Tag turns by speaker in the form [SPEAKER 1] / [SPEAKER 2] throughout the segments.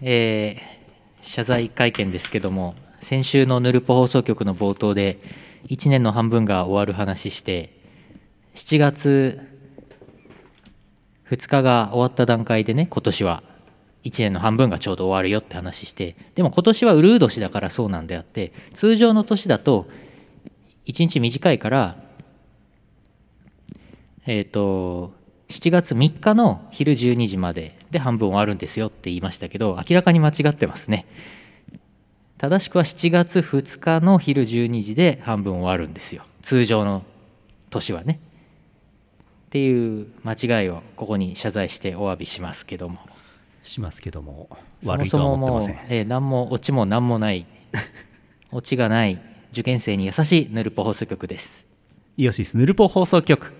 [SPEAKER 1] えー謝罪会見ですけども、先週のヌルポ放送局の冒頭で、1年の半分が終わる話して、7月2日が終わった段階でね、今年は1年の半分がちょうど終わるよって話して、でも今年はウルー年だからそうなんであって、通常の年だと、1日短いから、えー、と7月3日の昼12時までで半分終わるんですよって言いましたけど明らかに間違ってますね正しくは7月2日の昼12時で半分終わるんですよ通常の年はねっていう間違いをここに謝罪してお詫びしますけども
[SPEAKER 2] しますけども
[SPEAKER 1] そ
[SPEAKER 2] 悪
[SPEAKER 1] も
[SPEAKER 2] い
[SPEAKER 1] そ
[SPEAKER 2] とは
[SPEAKER 1] も
[SPEAKER 2] 思って
[SPEAKER 1] も
[SPEAKER 2] ま
[SPEAKER 1] う
[SPEAKER 2] せん
[SPEAKER 1] えー何もオチも何もない オチがない受験生に優しいヌルポ放送局です
[SPEAKER 2] イオシスヌルポ放送局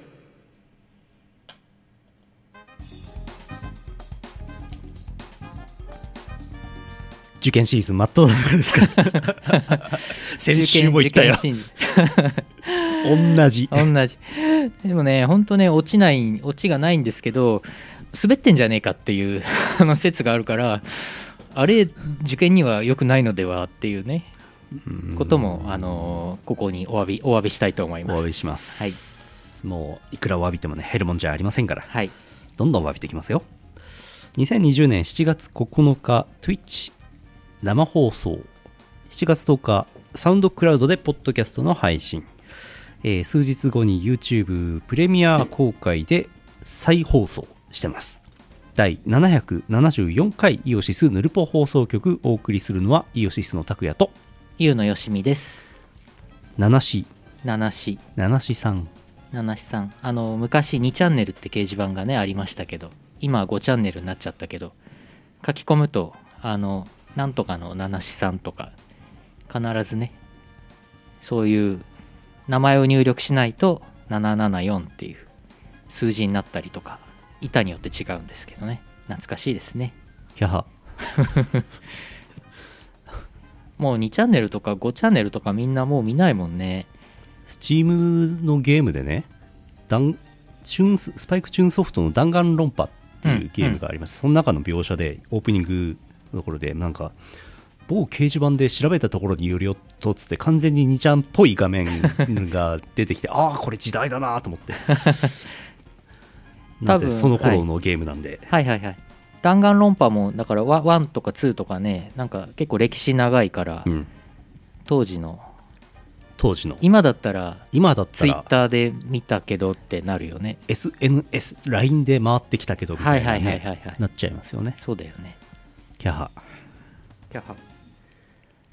[SPEAKER 2] 受験シーズン真っ只中ですから 先週も言ったよ
[SPEAKER 1] 受験受験シーン
[SPEAKER 2] 同じ
[SPEAKER 1] 同じでもね本当ね落ちない落ちがないんですけど滑ってんじゃねえかっていう あの説があるからあれ受験には良くないのではっていうねこともあのここにお詫びお詫びしたいと思い
[SPEAKER 2] お
[SPEAKER 1] ま
[SPEAKER 2] 詫
[SPEAKER 1] す
[SPEAKER 2] びします、もういくらお詫びてもね減るもんじゃありませんから
[SPEAKER 1] はい
[SPEAKER 2] どんどん詫びていきますよ2020年7月9日 Twitch 生放送7月10日サウンドクラウドでポッドキャストの配信、えー数日後に YouTube プレミア公開で再放送してます第774回イオシスヌルポ放送局お送りするのはイオシスの拓也と
[SPEAKER 1] ゆうのよしみです
[SPEAKER 2] 七し
[SPEAKER 1] 七し
[SPEAKER 2] 七しさん
[SPEAKER 1] 七しさんあの昔2チャンネルって掲示板がねありましたけど今は5チャンネルになっちゃったけど書き込むとあのなんとかの七しさんとか必ずねそういう名前を入力しないと774っていう数字になったりとか板によって違うんですけどね懐かしいですね
[SPEAKER 2] キャハ
[SPEAKER 1] もう2チャンネルとか5チャンネルとかみんなもう見ないもんね
[SPEAKER 2] スチームのゲームでね弾チュンススパイクチューンソフトの弾丸論破っていうゲームがあります、その中の描写でオープニングのところでなんか某掲示板で調べたところによるよとっつって完全に2ちゃんっぽい画面が出てき てああこれ時代だなと思って なぜ
[SPEAKER 1] 多分
[SPEAKER 2] その頃のゲームなんで、
[SPEAKER 1] はいはいはい弾丸論破もだからワ1とか2とかねなんか結構歴史長いから、
[SPEAKER 2] うん
[SPEAKER 1] 当時の
[SPEAKER 2] 当時の
[SPEAKER 1] 今だったら
[SPEAKER 2] 今だった
[SPEAKER 1] ツイッ
[SPEAKER 2] ら
[SPEAKER 1] ターで見たけどってなるよね
[SPEAKER 2] SNSLINE で回ってきたけどみ
[SPEAKER 1] は
[SPEAKER 2] た
[SPEAKER 1] い
[SPEAKER 2] いな
[SPEAKER 1] は
[SPEAKER 2] ね、
[SPEAKER 1] いはいはいはい
[SPEAKER 2] なっちゃいますよね
[SPEAKER 1] そうだよね
[SPEAKER 2] キャハ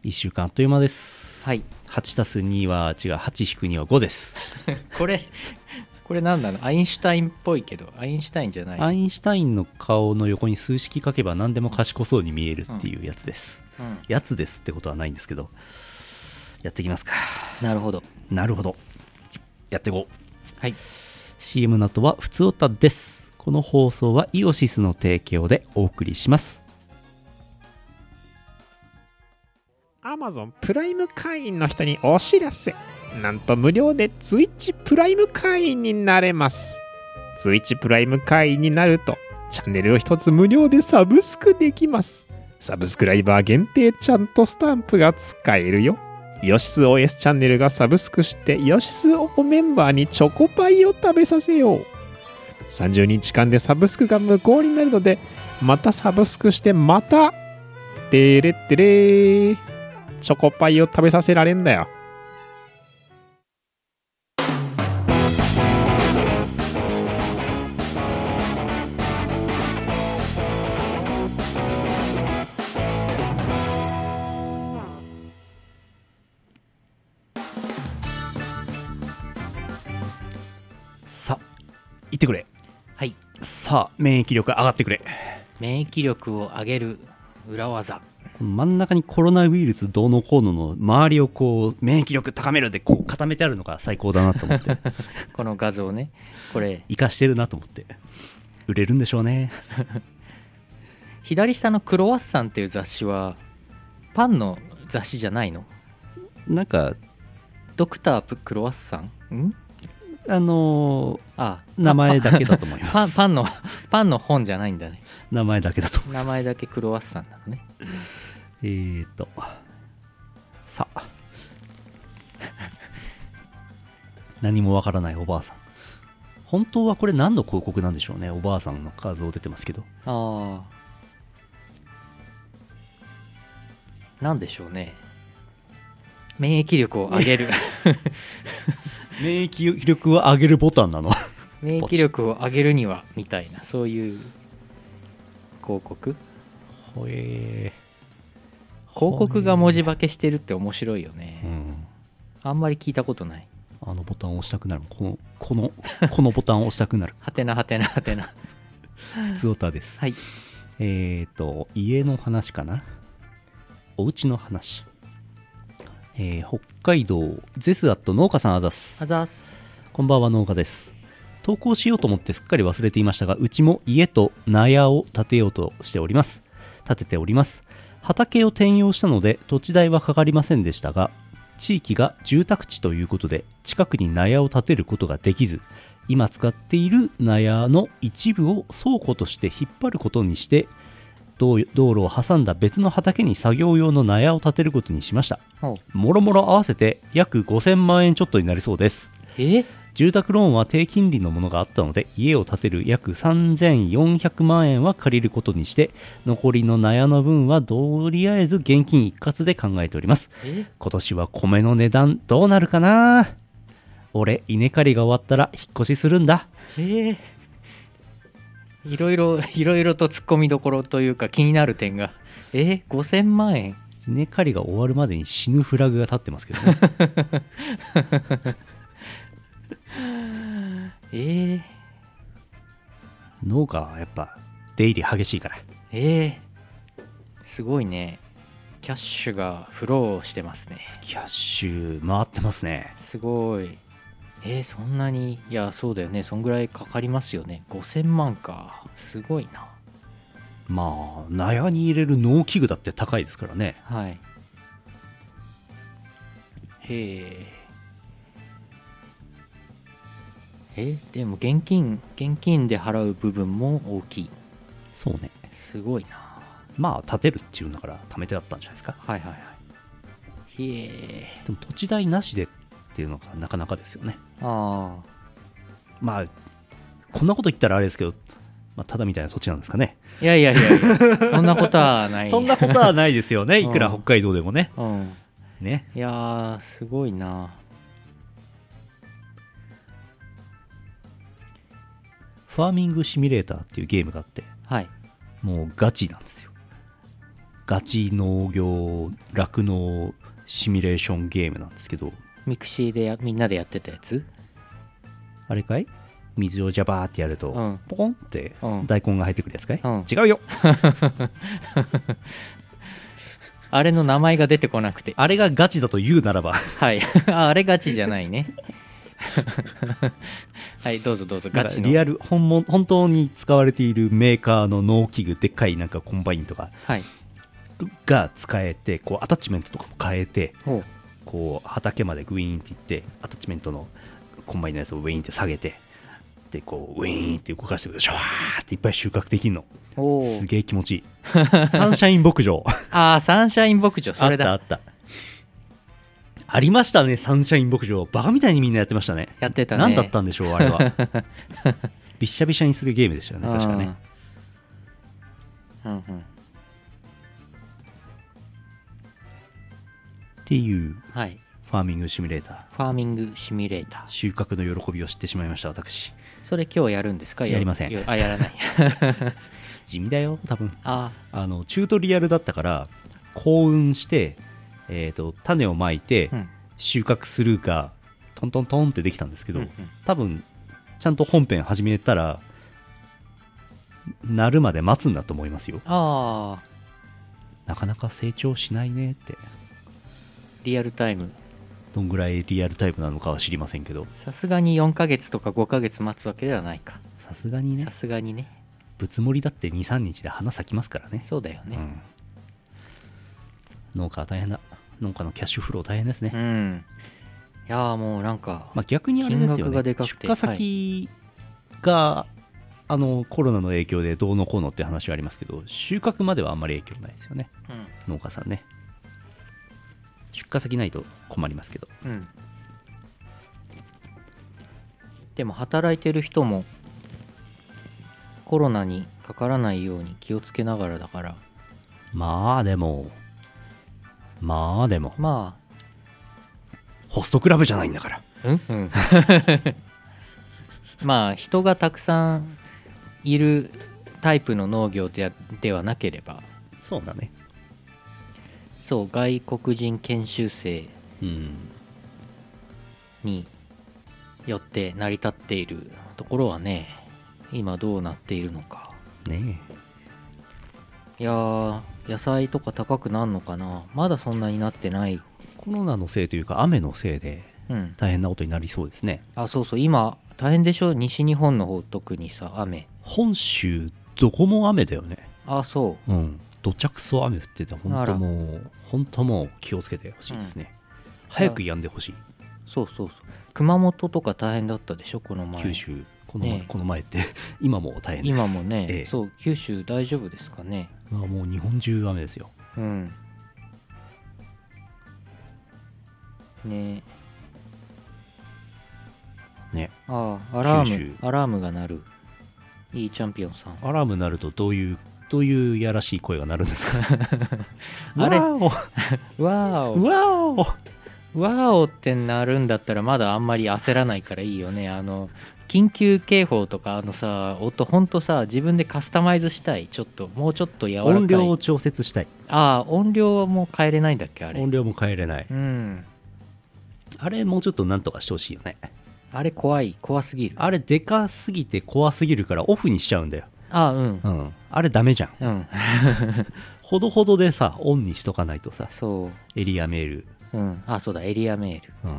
[SPEAKER 2] 1週間あっという間です、
[SPEAKER 1] はい、
[SPEAKER 2] 8たす2は違う8引く2は5です、
[SPEAKER 1] これ これなんなのアインシュタインっぽいけどアインシュタインじゃない、
[SPEAKER 2] アインシュタインの顔の横に数式書けば何でも賢そうに見えるっていうやつです、
[SPEAKER 1] うん
[SPEAKER 2] やつですってことはないんですけどやっていきますか
[SPEAKER 1] なるほど
[SPEAKER 2] なるほどやっていこう
[SPEAKER 1] はい
[SPEAKER 2] CM の後は「ふつおた」ですこの放送はイオシスの提供でお送りします
[SPEAKER 3] アマゾンプライム会員の人にお知らせなんと無料で Twitch プライム会員になれます Twitch プライム会員になるとチャンネルを一つ無料でサブスクできますサブスクライバー限定ちゃんとスタンプが使えるよヨシス OS チャンネルがサブスクしてヨシス O メンバーにチョコパイを食べさせよう30日間でサブスクが無効になるのでまたサブスクしてまたてれってれーチョコパイを食べさせられんだよ
[SPEAKER 2] さ行ってくれ
[SPEAKER 1] はい
[SPEAKER 2] さあ免疫力上がってくれ
[SPEAKER 1] 免疫力を上げる裏技
[SPEAKER 2] 真ん中にコロナウイルスどうのこうのの周りをこう免疫力高めるでこう固めてあるのが最高だなと思って
[SPEAKER 1] この画像ねこれ
[SPEAKER 2] 活かしてるなと思って売れるんでしょうね
[SPEAKER 1] 左下の「クロワッサン」っていう雑誌はパンの雑誌じゃないの
[SPEAKER 2] なんか
[SPEAKER 1] ドクタープクロワッサンん
[SPEAKER 2] あの
[SPEAKER 1] ああ
[SPEAKER 2] 名前だけだと思い ます
[SPEAKER 1] パンパンのパンの本じゃないんだね
[SPEAKER 2] 名前だけだと思います
[SPEAKER 1] 名前だけクロワッサンなのね
[SPEAKER 2] えーとさあ何もわからないおばあさん本当はこれ何の広告なんでしょうねおばあさんの画像出てますけど
[SPEAKER 1] ああなんでしょうね免疫力を上げ る
[SPEAKER 2] 免疫力を上げるボタンなの
[SPEAKER 1] 免疫力を上げるにはみたいなそういう広告
[SPEAKER 2] ほえ
[SPEAKER 1] 広告が文字化けしてるって面白いよね、
[SPEAKER 2] うん
[SPEAKER 1] あんまり聞いたことない
[SPEAKER 2] あのボタンを押したくなるこのこの このボタンを押したくなる
[SPEAKER 1] はてなはてなはてな
[SPEAKER 2] 普通オタです
[SPEAKER 1] はい
[SPEAKER 2] えー、と、家の話かなお家の話。えー北海道ゼスアット農家さんあざ
[SPEAKER 1] あ
[SPEAKER 2] す。
[SPEAKER 1] ざーす
[SPEAKER 2] こんばんは農家です。投稿しようと思ってすっかり忘れていましたが、うちも家と納屋を建てようとしております。建てております。畑を転用したので土地代はかかりませんでしたが、地域が住宅地ということで近くに納屋を建てることができず、今使っている納屋の一部を倉庫として引っ張ることにして道道路を挟んだ別の畑に作業用の納屋を建てることにしました
[SPEAKER 1] お
[SPEAKER 2] もろもろ合わせて約5000万円ちょっとになりそうです
[SPEAKER 1] え
[SPEAKER 2] 住宅ローンは低金利のものがあったので家を建てる約3400万円は借りることにして残りの納屋の分はとりあえず現金一括で考えております
[SPEAKER 1] え
[SPEAKER 2] 今年は米の値段どうなるかな俺稲刈りが終わったら引っ越しするんだ
[SPEAKER 1] えーいろいろいろいろと突っ込みどころというか気になる点がえー、5000万円
[SPEAKER 2] 稲刈りが終わるまでに死ぬフラグが立ってますけど ね
[SPEAKER 1] えー、
[SPEAKER 2] 農家はやっぱ出入り激しいから
[SPEAKER 1] えー、すごいねキャッシュがフローしてますね
[SPEAKER 2] キャッシュ回ってますね
[SPEAKER 1] すごいえー、そんなにいやそうだよねそんぐらいかかりますよね5000万かすごいな
[SPEAKER 2] まあ納屋に入れる農機具だって高いですからね
[SPEAKER 1] はいへええでも現金現金で払う部分も大きい
[SPEAKER 2] そうね
[SPEAKER 1] すごいな
[SPEAKER 2] まあ建てるっていうんだから貯めてだったんじゃないですか
[SPEAKER 1] はいはいはいへえ
[SPEAKER 2] でも土地代なしでっていうのがなかなかですよね
[SPEAKER 1] ああ
[SPEAKER 2] まあこんなこと言ったらあれですけど、まあ、ただみたいな土地なんですかね
[SPEAKER 1] いやいやいやいや そんなことはない
[SPEAKER 2] そんなことはないですよ ね
[SPEAKER 1] うん
[SPEAKER 2] いくら北海道でもね
[SPEAKER 1] うん
[SPEAKER 2] ね
[SPEAKER 1] いやーすごいな
[SPEAKER 2] ファーミングシミュレーターっていうゲームがあって
[SPEAKER 1] はい
[SPEAKER 2] もうガチなんですよガチ農業酪農シミュレーションゲームなんですけど
[SPEAKER 1] ミクシーでやみんなでやってたやつ
[SPEAKER 2] あれかい水をジャバーってやると、
[SPEAKER 1] うん
[SPEAKER 2] ポコンって
[SPEAKER 1] うん
[SPEAKER 2] 大根が入ってくるやつかい、
[SPEAKER 1] うん
[SPEAKER 2] 違うよ
[SPEAKER 1] あれの名前が出てこなくて
[SPEAKER 2] あれがガチだと言うならば
[SPEAKER 1] はい ああれガチじゃないね はいどうぞどうぞガチの
[SPEAKER 2] リアル本物本当に使われているメーカーの農機具でっかいなんかコンバインとか
[SPEAKER 1] はい
[SPEAKER 2] が使えてこうアタッチメントとかも変えて
[SPEAKER 1] ほ
[SPEAKER 2] こう畑までグイーンっていってアタッチメントのコンバインのやつをウィーンって下げてでこうウィーンって動かしてくるとシュワーっていっぱい収穫できるの
[SPEAKER 1] うおー
[SPEAKER 2] すげえ気持ちいいサンシャイン牧場
[SPEAKER 1] ああサンシャイン牧場 そ
[SPEAKER 2] あっ
[SPEAKER 1] れ
[SPEAKER 2] たあ
[SPEAKER 1] だ
[SPEAKER 2] ったありましたねサンシャイン牧場バカみたいにみんなやってましたね
[SPEAKER 1] やってたね
[SPEAKER 2] 何だったんでしょうあ れはびっしゃびしゃにするゲームでしたよね確かね
[SPEAKER 1] うんうん
[SPEAKER 2] っていう
[SPEAKER 1] はい
[SPEAKER 2] ファーミングシミュレータ
[SPEAKER 1] ファーミングシミュレータ
[SPEAKER 2] ー
[SPEAKER 1] ー
[SPEAKER 2] 収穫の喜びを知ってしまいました私
[SPEAKER 1] それ今日やるんですか
[SPEAKER 2] やりません
[SPEAKER 1] よあやら ない
[SPEAKER 2] 地味だよ多分
[SPEAKER 1] あ
[SPEAKER 2] あのチュートリアルだったから幸運して、えー、と種をまいて
[SPEAKER 1] ーうん
[SPEAKER 2] 収穫するがトントントンってできたんですけど、
[SPEAKER 1] うんうん
[SPEAKER 2] 多分ちゃんと本編始めたらなるまで待つんだと思いますよ
[SPEAKER 1] ああ
[SPEAKER 2] なかなか成長しないねって
[SPEAKER 1] リアルタイム
[SPEAKER 2] どんぐらいリアルタイムなのかは知りませんけど
[SPEAKER 1] さすがに4ヶ月とか5ヶ月待つわけではないか
[SPEAKER 2] さすがにね
[SPEAKER 1] さすがにね
[SPEAKER 2] ぶつもりだって23日で花咲きますからね
[SPEAKER 1] そうだよね
[SPEAKER 2] うん、農家は大変だ農家のキャッシュフロー大変ですね
[SPEAKER 1] うんいやーもうなんか、
[SPEAKER 2] まあ、逆にあれです
[SPEAKER 1] 金
[SPEAKER 2] よ
[SPEAKER 1] 額が
[SPEAKER 2] ね
[SPEAKER 1] でかく
[SPEAKER 2] 出
[SPEAKER 1] て
[SPEAKER 2] 荷先が、あのコロナの影響でどうのこうのって話はありますけど収穫まではあんまり影響ないですよね農家さんね出荷先ないと困りますけど
[SPEAKER 1] うんうんでも働いてる人もコロナにかからないように気をつけながらだから
[SPEAKER 2] まあでもまあでも
[SPEAKER 1] ま
[SPEAKER 2] ホストクラブじゃないんだから
[SPEAKER 1] あうんうん まあ人がたくさんいるタイプの農業でではなければ
[SPEAKER 2] そうだね
[SPEAKER 1] そう外国人研修生
[SPEAKER 2] うん
[SPEAKER 1] によって成り立っているところはね今どうなっているのか
[SPEAKER 2] ね
[SPEAKER 1] いやー野菜とか高くなんのかなまだそんなになってない
[SPEAKER 2] えコロナのせいというか雨のせいで
[SPEAKER 1] うん
[SPEAKER 2] 大変なことになりそうですね
[SPEAKER 1] あそうそう今大変でしょ西日本の方特にさ雨
[SPEAKER 2] 本州どこも雨だよね
[SPEAKER 1] あそう
[SPEAKER 2] うん、どちゃくそ雨降ってた、
[SPEAKER 1] あ
[SPEAKER 2] 本
[SPEAKER 1] ら
[SPEAKER 2] 当もう、本当もう気をつけてほしいですね。早く止んでほしい、
[SPEAKER 1] そうそうそう熊本とか大変だったでしょこの前
[SPEAKER 2] 九州、この前、
[SPEAKER 1] ねえ
[SPEAKER 2] この前って、 今も大変です。
[SPEAKER 1] 今もね、
[SPEAKER 2] ええ
[SPEAKER 1] そう九州大丈夫ですかね
[SPEAKER 2] まあもう日本中雨ですよ。
[SPEAKER 1] うんね
[SPEAKER 2] ね、
[SPEAKER 1] ああアラ
[SPEAKER 2] 九
[SPEAKER 1] ー
[SPEAKER 2] 州
[SPEAKER 1] ムアラームが鳴るいいチャンピオンさん
[SPEAKER 2] アラーム鳴ると、どういう、どういうやらしい声が鳴るんですか
[SPEAKER 1] あれ
[SPEAKER 2] わーお
[SPEAKER 1] わ
[SPEAKER 2] う
[SPEAKER 1] ー
[SPEAKER 2] わーお
[SPEAKER 1] おわーおってなるんだったらまだあんまり焦らないからいいよねあの緊急警報とかあのさ音ほんとさ自分でカスタマイズしたいちょっともうちょっと柔らかい
[SPEAKER 2] 音量を調節したい。
[SPEAKER 1] ああ音量はもう変えれないんだっけあれ
[SPEAKER 2] 音量も変えれない。
[SPEAKER 1] うん
[SPEAKER 2] あれ、もうちょっとなんとかしてほしいよね。
[SPEAKER 1] あれ怖い怖すぎるあ
[SPEAKER 2] あれ、でかすぎて怖すぎるから、オフにしちゃうんだよ。
[SPEAKER 1] あうん
[SPEAKER 2] うん。あれ、ダメじゃん。
[SPEAKER 1] うん
[SPEAKER 2] ほどほどでさ、オンにしとかないとさ、
[SPEAKER 1] そ
[SPEAKER 2] エリアメール。
[SPEAKER 1] ううんあそうだエリアメール
[SPEAKER 2] うん。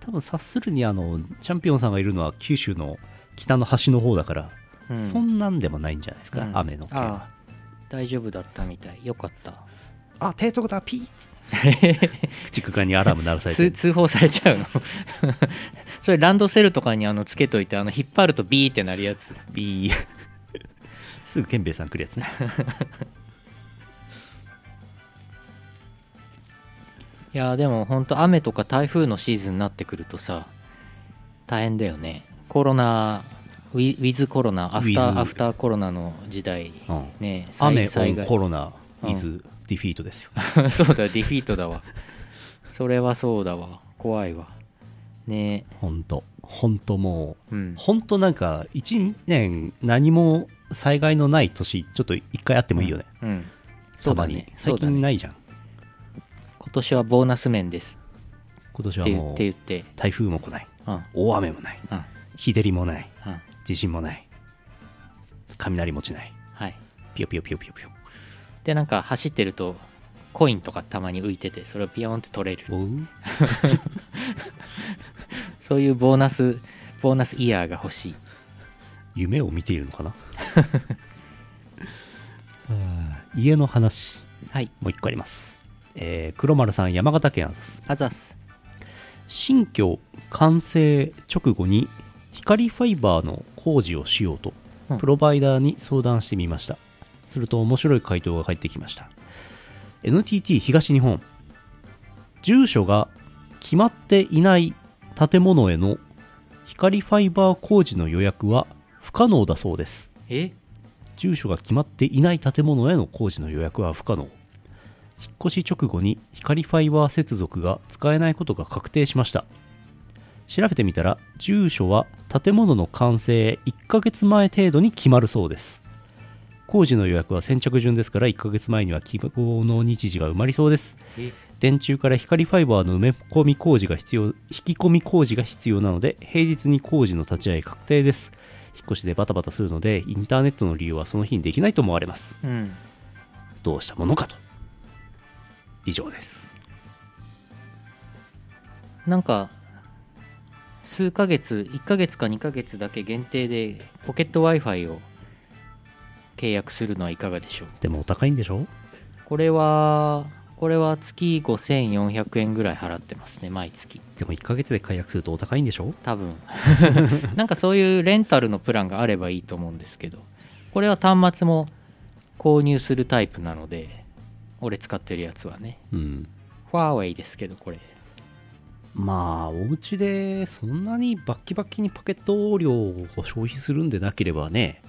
[SPEAKER 2] 多分察するにあのチャンピオンさんがいるのは九州の北の端の方だから、
[SPEAKER 1] うん
[SPEAKER 2] そんなんでもないんじゃないですか、
[SPEAKER 1] うん
[SPEAKER 2] 雨の件
[SPEAKER 1] あ
[SPEAKER 2] は
[SPEAKER 1] 大丈夫だったみたいよか った
[SPEAKER 2] あ低速だピーッ口くかにアラーム鳴らさ れ
[SPEAKER 1] 通
[SPEAKER 2] て
[SPEAKER 1] 通報されち ゃうのそれランドセルとかにあのつけといてあの引っ張るとビーってなるやつ
[SPEAKER 2] ビー すぐケンベイさん来るやつね
[SPEAKER 1] いやーでも本当雨とか台風のシーズンになってくるとさ大変だよねコロナウィウィズコロナアフタ
[SPEAKER 2] With
[SPEAKER 1] ーアフターコロナの時代、
[SPEAKER 2] うん
[SPEAKER 1] ね 災
[SPEAKER 2] 雨
[SPEAKER 1] 災
[SPEAKER 2] オン
[SPEAKER 1] 害
[SPEAKER 2] コロナ
[SPEAKER 1] うん
[SPEAKER 2] is ディフィートですよ
[SPEAKER 1] そうだディフィートだわそれはそうだわ怖いわね
[SPEAKER 2] ほんとほんともう
[SPEAKER 1] えうん
[SPEAKER 2] ほんとなんか1年何も災害のない年ちょっと一回あってもいいよね、
[SPEAKER 1] うんそうだ
[SPEAKER 2] たまに、
[SPEAKER 1] ねそ
[SPEAKER 2] 最
[SPEAKER 1] うだ
[SPEAKER 2] 近
[SPEAKER 1] ね
[SPEAKER 2] ないじゃん
[SPEAKER 1] 今年はボーナス面です
[SPEAKER 2] 今年
[SPEAKER 1] っ
[SPEAKER 2] は
[SPEAKER 1] て言
[SPEAKER 2] も
[SPEAKER 1] っ
[SPEAKER 2] う
[SPEAKER 1] て言って
[SPEAKER 2] 台風も来ない
[SPEAKER 1] うんうん
[SPEAKER 2] 大雨もない日照りもない
[SPEAKER 1] うん
[SPEAKER 2] 地震もない雷も落ちない
[SPEAKER 1] はい
[SPEAKER 2] ピヨピヨピヨピヨピヨ
[SPEAKER 1] でなんか走ってるとコインとかたまに浮いててそれをピヨーンって取れる
[SPEAKER 2] おう
[SPEAKER 1] そういうボーナスボーナスイヤーが欲しい
[SPEAKER 2] 夢を見ているのかな あー家の話
[SPEAKER 1] はい
[SPEAKER 2] もう一個あります、えー黒丸さん山形県あざす
[SPEAKER 1] あざっす
[SPEAKER 2] 新居完成直後に光ファイバーの工事をしようと
[SPEAKER 1] うん
[SPEAKER 2] プロバイダーに相談してみました、すると面白い回答が返ってきました NTT 東日本住所が決まっていない建物への光ファイバー工事の予約は不可能だそうです
[SPEAKER 1] え
[SPEAKER 2] 住所が決まっていない建物への工事の予約は不可能引っ越し直後に光ファイバー接続が使えないことが確定しました調べてみたら住所は建物の完成1ヶ月前程度に決まるそうです工事の予約は先着順ですから1ヶ月前には希望の日時が埋まりそうです
[SPEAKER 1] え
[SPEAKER 2] 電柱から光ファイバーの埋め込み工事が必要引き込み工事が必要なので平日に工事の立ち会い確定です引っ越しでバタバタするのでインターネットの利用はその日にできないと思われます
[SPEAKER 1] うん
[SPEAKER 2] どうしたものかと以上です
[SPEAKER 1] なんか数ヶ月1ヶ月か2ヶ月だけ限定でポケット w i f i を契約するのはいかがでしょう
[SPEAKER 2] でもお高いんでしょ
[SPEAKER 1] これはこれは月5400円ぐらい払ってますね毎月
[SPEAKER 2] でも1ヶ月で解約するとお高いんでしょ
[SPEAKER 1] 多 分 なんかそういうレンタルのプランがあればいいと思うんですけどこれは端末も購入するタイプなので俺使ってるやつはね
[SPEAKER 2] うん
[SPEAKER 1] ファーウェイですけどこれ
[SPEAKER 2] まあお家でそんなにバッキバキにパケット量を消費するんでなければね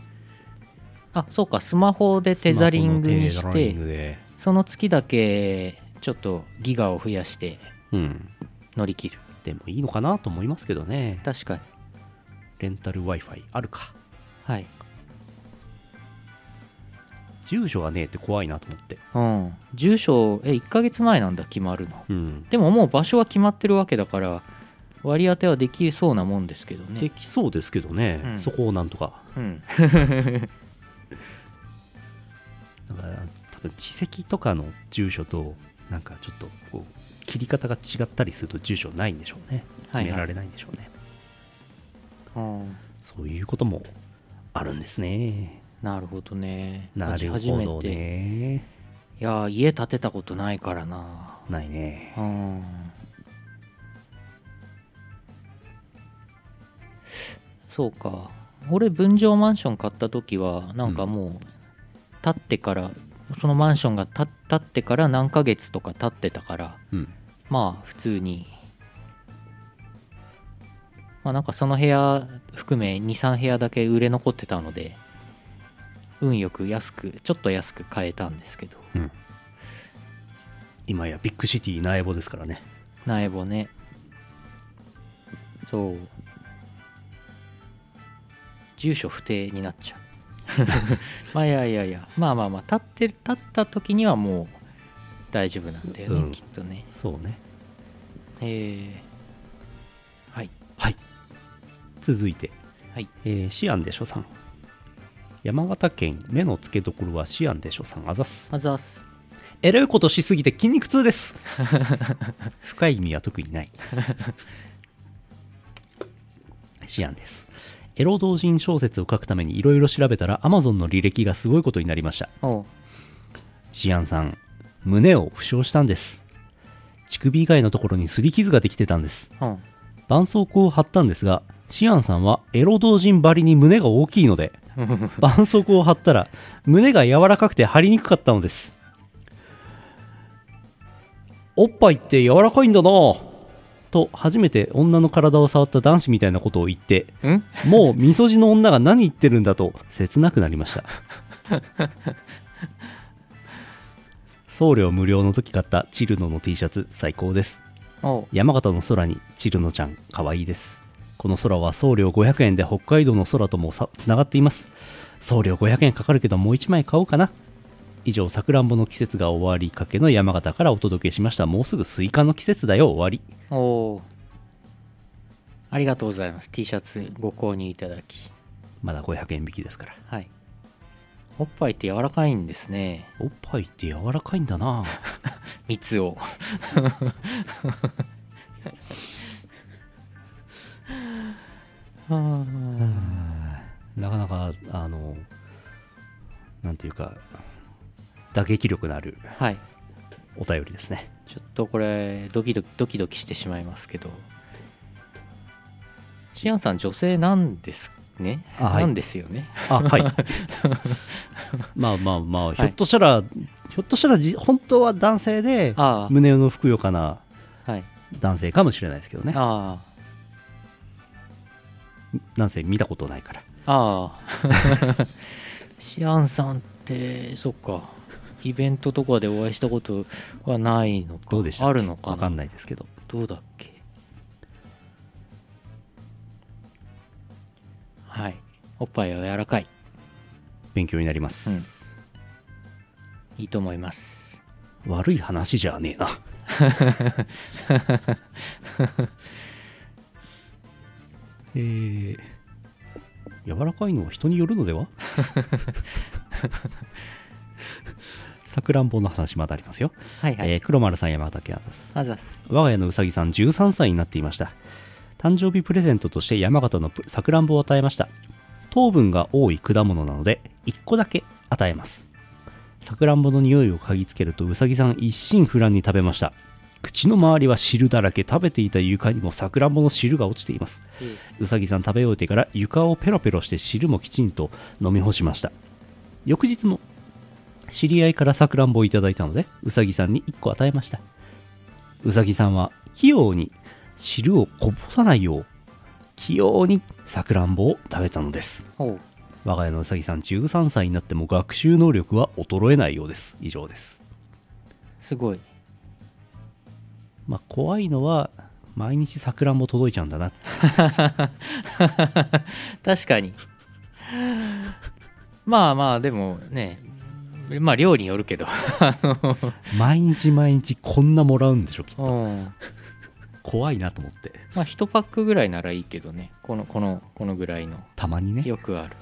[SPEAKER 1] あそうかスマホでテザリングに
[SPEAKER 2] スマ
[SPEAKER 1] し
[SPEAKER 2] ホのテザリ
[SPEAKER 1] て
[SPEAKER 2] ングで
[SPEAKER 1] その月だけちょっとギガを増やして
[SPEAKER 2] うん
[SPEAKER 1] 乗り切る
[SPEAKER 2] でもいいのかなと思いますけどね
[SPEAKER 1] 確かに
[SPEAKER 2] レンタル w i f i あるか
[SPEAKER 1] はい
[SPEAKER 2] 住所がねえって怖いなと思って
[SPEAKER 1] うん住所え1ヶ月前なんだ決まるの
[SPEAKER 2] うん
[SPEAKER 1] でももう場所は決まってるわけだから割り当てはできそうなもんですけど
[SPEAKER 2] で
[SPEAKER 1] ね
[SPEAKER 2] きそうですけどね、
[SPEAKER 1] うん
[SPEAKER 2] そこをなんとか
[SPEAKER 1] うん
[SPEAKER 2] なんか多分地籍とかの住所となんかちょっとこう切り方が違ったりすると住所ないんでしょうね
[SPEAKER 1] はい
[SPEAKER 2] 決
[SPEAKER 1] はい
[SPEAKER 2] められないんでしょうね、
[SPEAKER 1] うん
[SPEAKER 2] そういうこともあるんですね
[SPEAKER 1] なるほどね
[SPEAKER 2] なるほ
[SPEAKER 1] 初
[SPEAKER 2] ど
[SPEAKER 1] めて
[SPEAKER 2] ね
[SPEAKER 1] いやー家建てたことないからな
[SPEAKER 2] ないね
[SPEAKER 1] うんそうか俺分譲マンション買った時はなんかもう建ってから、そのマンションが建建ってから何ヶ月とか経ってたから
[SPEAKER 2] うん
[SPEAKER 1] まあ普通にまあなんかその部屋含め23部屋だけ売れ残ってたので運よく安くちょっと安く買えたんですけど
[SPEAKER 2] うん今やビッグシティ苗穂ですからね
[SPEAKER 1] 苗穂ねそう住所不定になっちゃう まあいやいやいやまあまあまあ立ってる立った時にはもう大丈夫なんだよね、
[SPEAKER 2] うん
[SPEAKER 1] きっとね
[SPEAKER 2] そうね
[SPEAKER 1] えー、はい
[SPEAKER 2] はい続いて、
[SPEAKER 1] はい
[SPEAKER 2] えーシアンでしょさん山形県目の付けどころはシアンでしょさんあざっす
[SPEAKER 1] あざっす
[SPEAKER 2] えらいことしすぎて筋肉痛です深い意味は特にないシアンですエロ同人小説を書くためにいろいろ調べたら Amazon の履歴がすごいことになりました
[SPEAKER 1] おう
[SPEAKER 2] シアンさん胸を負傷したんです乳首以外のところに擦り傷ができてたんです
[SPEAKER 1] うん
[SPEAKER 2] 絆創膏を貼ったんですがシアンさんはエロ同人ばりに胸が大きいので 絆創膏を貼ったら胸が柔らかくて貼りにくかったのですおっぱいって柔らかいんだなぁと初めて女の体を触った男子みたいなことを言って
[SPEAKER 1] うん
[SPEAKER 2] もうみそじの女が何言ってるんだと切なくなりました送料無料の時買ったチルノの T シャツ最高です
[SPEAKER 1] おう
[SPEAKER 2] 山形の空にチルノちゃんかわいいですこの空は送料500円で北海道の空ともさつながっています送料500円かかるけどもう1枚買おうかな以上さくらんぼの季節が終わりかけの山形からお届けしましたもうすぐスイカの季節だよ終わり
[SPEAKER 1] おうありがとうございます T シャツご購入いただき
[SPEAKER 2] まだ500円引きですから
[SPEAKER 1] はいおっぱいって柔らかいんですね
[SPEAKER 2] おっぱいって柔らかいんだな
[SPEAKER 1] 蜜を
[SPEAKER 2] なかなかあのなんていうか打撃力のある
[SPEAKER 1] はい
[SPEAKER 2] お便りですね
[SPEAKER 1] ちょっとこれドキドキドキドキしてしまいますけどシアンさん女性なんですね、
[SPEAKER 2] あはい
[SPEAKER 1] なんですよね
[SPEAKER 2] あはい まあまあまあひょっとしたら、ひょっとしたらじ本当は男性で
[SPEAKER 1] あ
[SPEAKER 2] 胸のふくよかな
[SPEAKER 1] あはい
[SPEAKER 2] 男性かもしれないですけどね
[SPEAKER 1] あ
[SPEAKER 2] 男性見たことないから
[SPEAKER 1] あああ シアンさんってそっかイベントとかでお会いしたことはないのか
[SPEAKER 2] どうでした
[SPEAKER 1] あるのか
[SPEAKER 2] わ
[SPEAKER 1] な
[SPEAKER 2] かんないですけど
[SPEAKER 1] どうだっけはいおっぱいは柔らかい
[SPEAKER 2] 勉強になります、
[SPEAKER 1] いいと思います
[SPEAKER 2] 悪い話じゃね えなえー、柔らかいのは人によるの ではさくらんぼの話まだありますよ
[SPEAKER 1] はいはい、
[SPEAKER 2] えー黒丸さん山形県です
[SPEAKER 1] あざっす
[SPEAKER 2] 我が家のうさぎさん13歳になっていました誕生日プレゼントとして山形のプさくらんぼを与えました糖分が多い果物なので1個だけ与えますさくらんぼの匂いを嗅ぎつけるとうさぎさん一心不乱に食べました口の周りは汁だらけ食べていた床にもさくらんぼの汁が落ちていますうさぎさん食べ終えてから床をペロペロして汁もきちんと飲み干しました翌日も知り合いからさくらんぼをいただいたのでうさぎさんに1個与えましたうさぎさんは器用に汁をこぼさないよう器用にさくらんぼを食べたのです
[SPEAKER 1] ほう
[SPEAKER 2] 我が家のうさぎさん13歳になっても学習能力は衰えないようです以上です
[SPEAKER 1] すごい
[SPEAKER 2] まあ怖いのは毎日さくらんぼ届いちゃうんだな
[SPEAKER 1] 確かにまあまあでもねまあ量によるけどあの
[SPEAKER 2] 毎日毎日こんなもらうんでしょきっと
[SPEAKER 1] うん
[SPEAKER 2] 怖いなと思って
[SPEAKER 1] まあ1パックぐらいならいいけどねこのこのこのぐらいの
[SPEAKER 2] たまにね
[SPEAKER 1] よくある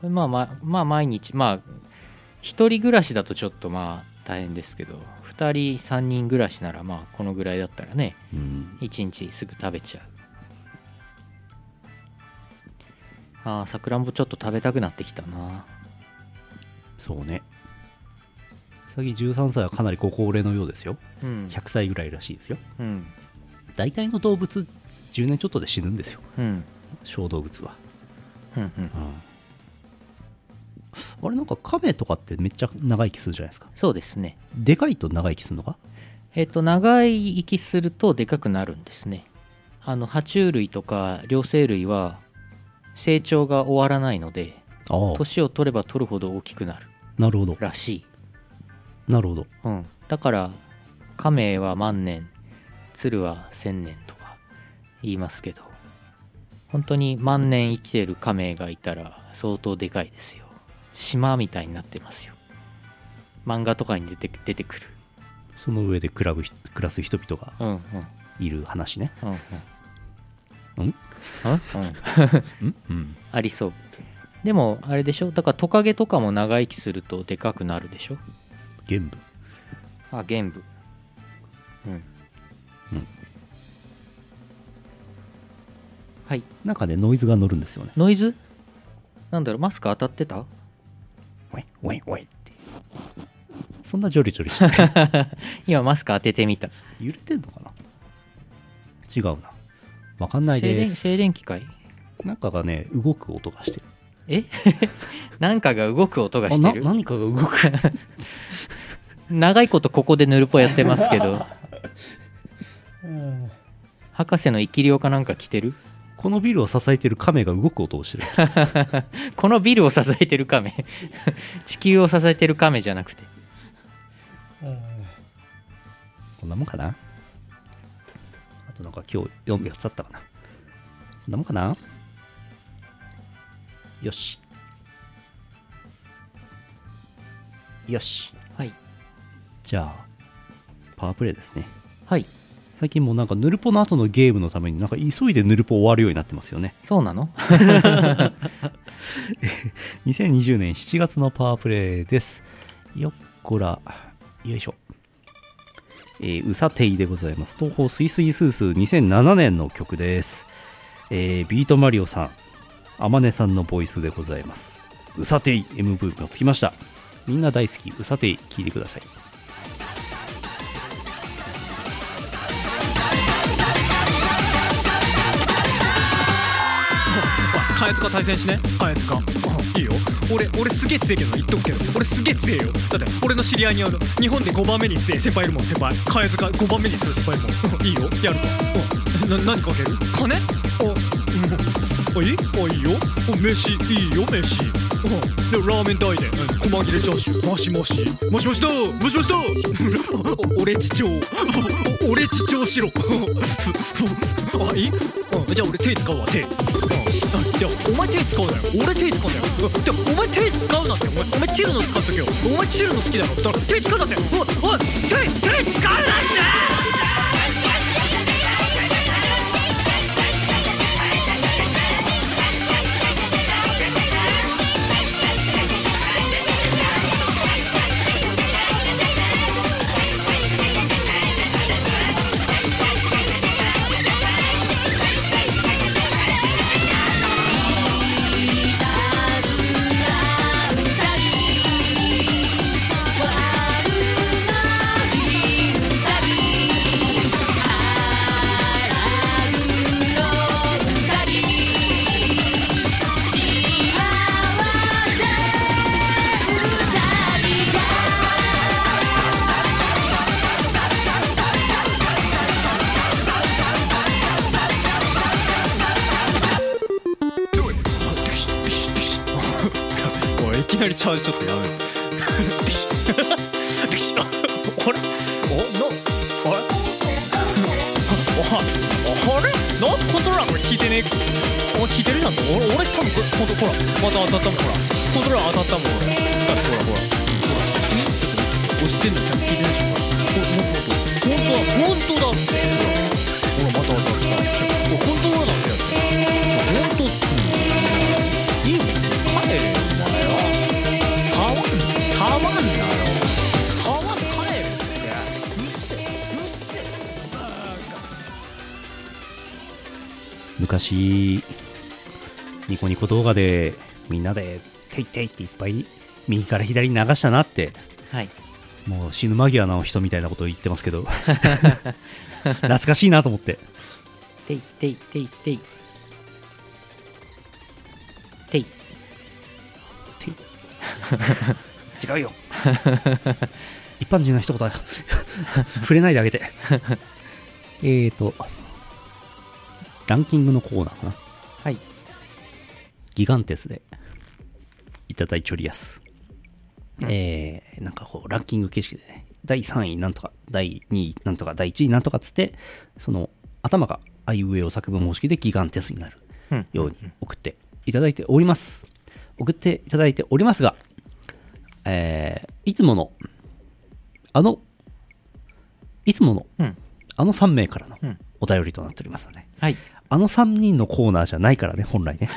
[SPEAKER 1] これまあまあまあ毎日まあ一人暮らしだとちょっとまあ大変ですけど2人3人暮らしならまあこのぐらいだったらね
[SPEAKER 2] うん
[SPEAKER 1] 1日すぐ食べちゃうあーさくらんぼちょっと食べたくなってきたな
[SPEAKER 2] そうねうさぎ13歳はかなりご高齢のようですよ
[SPEAKER 1] うん
[SPEAKER 2] 100歳ぐらいらしいですよ
[SPEAKER 1] うん
[SPEAKER 2] 大体の動物10年ちょっとで死ぬんですよ
[SPEAKER 1] うん
[SPEAKER 2] 小動物は、
[SPEAKER 1] うんうん
[SPEAKER 2] あれなんかカメとかってめっちゃ長生きするじゃないですか
[SPEAKER 1] そうですね
[SPEAKER 2] でかいと長生きするのか
[SPEAKER 1] えっ、と長い息するとでかくなるんですねあの爬虫類とか両生類は成長が終わらないので
[SPEAKER 2] ああ
[SPEAKER 1] 年を取れば取るほど大きくなる
[SPEAKER 2] なるほど
[SPEAKER 1] らしい、
[SPEAKER 2] なるほど
[SPEAKER 1] うん、だから亀は万年鶴は千年とか言いますけど本当に万年生きてる亀がいたら相当でかいですよ島みたいになってますよ漫画とかに出て出てくる
[SPEAKER 2] その上で暮らぶ人暮らす人々が
[SPEAKER 1] うんうん
[SPEAKER 2] いる話ね
[SPEAKER 1] うんうん
[SPEAKER 2] うんん
[SPEAKER 1] あうん
[SPEAKER 2] うん
[SPEAKER 1] ありそうでもあれでしょだからトカゲとかも長生きするとでかくなるでしょ
[SPEAKER 2] 玄武
[SPEAKER 1] あ玄武うん
[SPEAKER 2] うん
[SPEAKER 1] はい
[SPEAKER 2] なんかねノイズが乗るんですよね
[SPEAKER 1] ノイズなんだろうマスク当たって た
[SPEAKER 2] ウェイウェイウェイってそんなジョリジョリしてない
[SPEAKER 1] 今マスク当ててみた
[SPEAKER 2] 揺れてんのかな違うなわかんない
[SPEAKER 1] 静
[SPEAKER 2] で
[SPEAKER 1] 電
[SPEAKER 2] す
[SPEAKER 1] 静電気かい
[SPEAKER 2] なんかがね動く音がしてる
[SPEAKER 1] え なんかが動く音が
[SPEAKER 2] あ
[SPEAKER 1] して
[SPEAKER 2] な
[SPEAKER 1] る
[SPEAKER 2] 何かが動く
[SPEAKER 1] 長いことここでヌルポやってますけ ど博士の生き量かなんか着てる
[SPEAKER 2] このビルを支えてる亀が動く音をしてる
[SPEAKER 1] このビルを支えてる亀地球を支えてる亀じゃなくて
[SPEAKER 2] こんなもんかなあとなんか今日4秒経ったかなこんなもんかなよしよし
[SPEAKER 1] はい
[SPEAKER 2] じゃあパワープレイですね
[SPEAKER 1] はい
[SPEAKER 2] 最近もうなんかヌルポの後のゲームのためになんか急いでヌルポ終わるようになってますよね
[SPEAKER 1] そうなの
[SPEAKER 2] 2020年7月のパワープレイです。よっこら、よいしょ。えーうさていでございます。東方スイスイスースー2007年の曲です。えービートマリオさん、あまねさんのボイスでございます。うさてい MV もつきました。みんな大好き、うさてい、聴いてください。
[SPEAKER 4] カエツカ対戦しねカエツカいいよ俺俺すげえ強えけど言っとくけど俺すげえ強えよだって俺の知り合いにある日本で5番目に強え先輩いるもん先輩カエツカ5番目に強い先輩いるもんうんいいよやるかうんな何かける金おうんあいいあいいよお飯いいよ飯うんでラーメン大でうん細切れチャーシューもしもしもしもしだもしもしだ お俺父親お俺父親しろ あいいうんじゃあ俺手使うわ手うんじゃあお前手使うなよ俺手使うなようんじゃあお前手使うなってお前お前チルの使っとけよお前チルの好きだろだから手使うなっておいおい手手使うなって
[SPEAKER 5] 「わ
[SPEAKER 4] にチャージちょっとやめるできできあれおなあれああれなんコントローラーこれ引いてねえお引いてるなんて俺俺多分これほんとほらまた当たったもんほらコントローラー当たったもん俺だってほらほらほらねちょっと押してんのちゃんと聞いてないでしょほらほんとほんとほんとだほんとだほらまた当たったちょっとコントローラーなんてやってほんといいね帰れよお前は触ん触んなよ触んで帰れようっせうっせ
[SPEAKER 2] 昔ニコニコ動画でみんなで「ていてい」っていっぱい右から左に流したなって
[SPEAKER 1] はい
[SPEAKER 2] もう死ぬ間際の人みたいなことを言ってますけ ど懐かしいなと思って
[SPEAKER 1] ていていていていてい
[SPEAKER 2] 違うよ 一般人の一言は触れないであげ てえーとランキングのコーナーかな
[SPEAKER 1] はい
[SPEAKER 2] ギガンテスでいただいちょりやす。えー、なんかこう、ランキング形式でね、第3位なんとか、第2位なんとか、第1位なんとかっつって、その頭があいうえお作文方式でギガンテスになる
[SPEAKER 1] うん
[SPEAKER 2] ように送っていただいております。送っていただいておりますが、えー、いつもの、あの、いつもの、
[SPEAKER 1] うん
[SPEAKER 2] あの3名からの
[SPEAKER 1] うん
[SPEAKER 2] お便りとなっておりますので、
[SPEAKER 1] はい
[SPEAKER 2] あの3人のコーナーじゃないからね、本来 ね。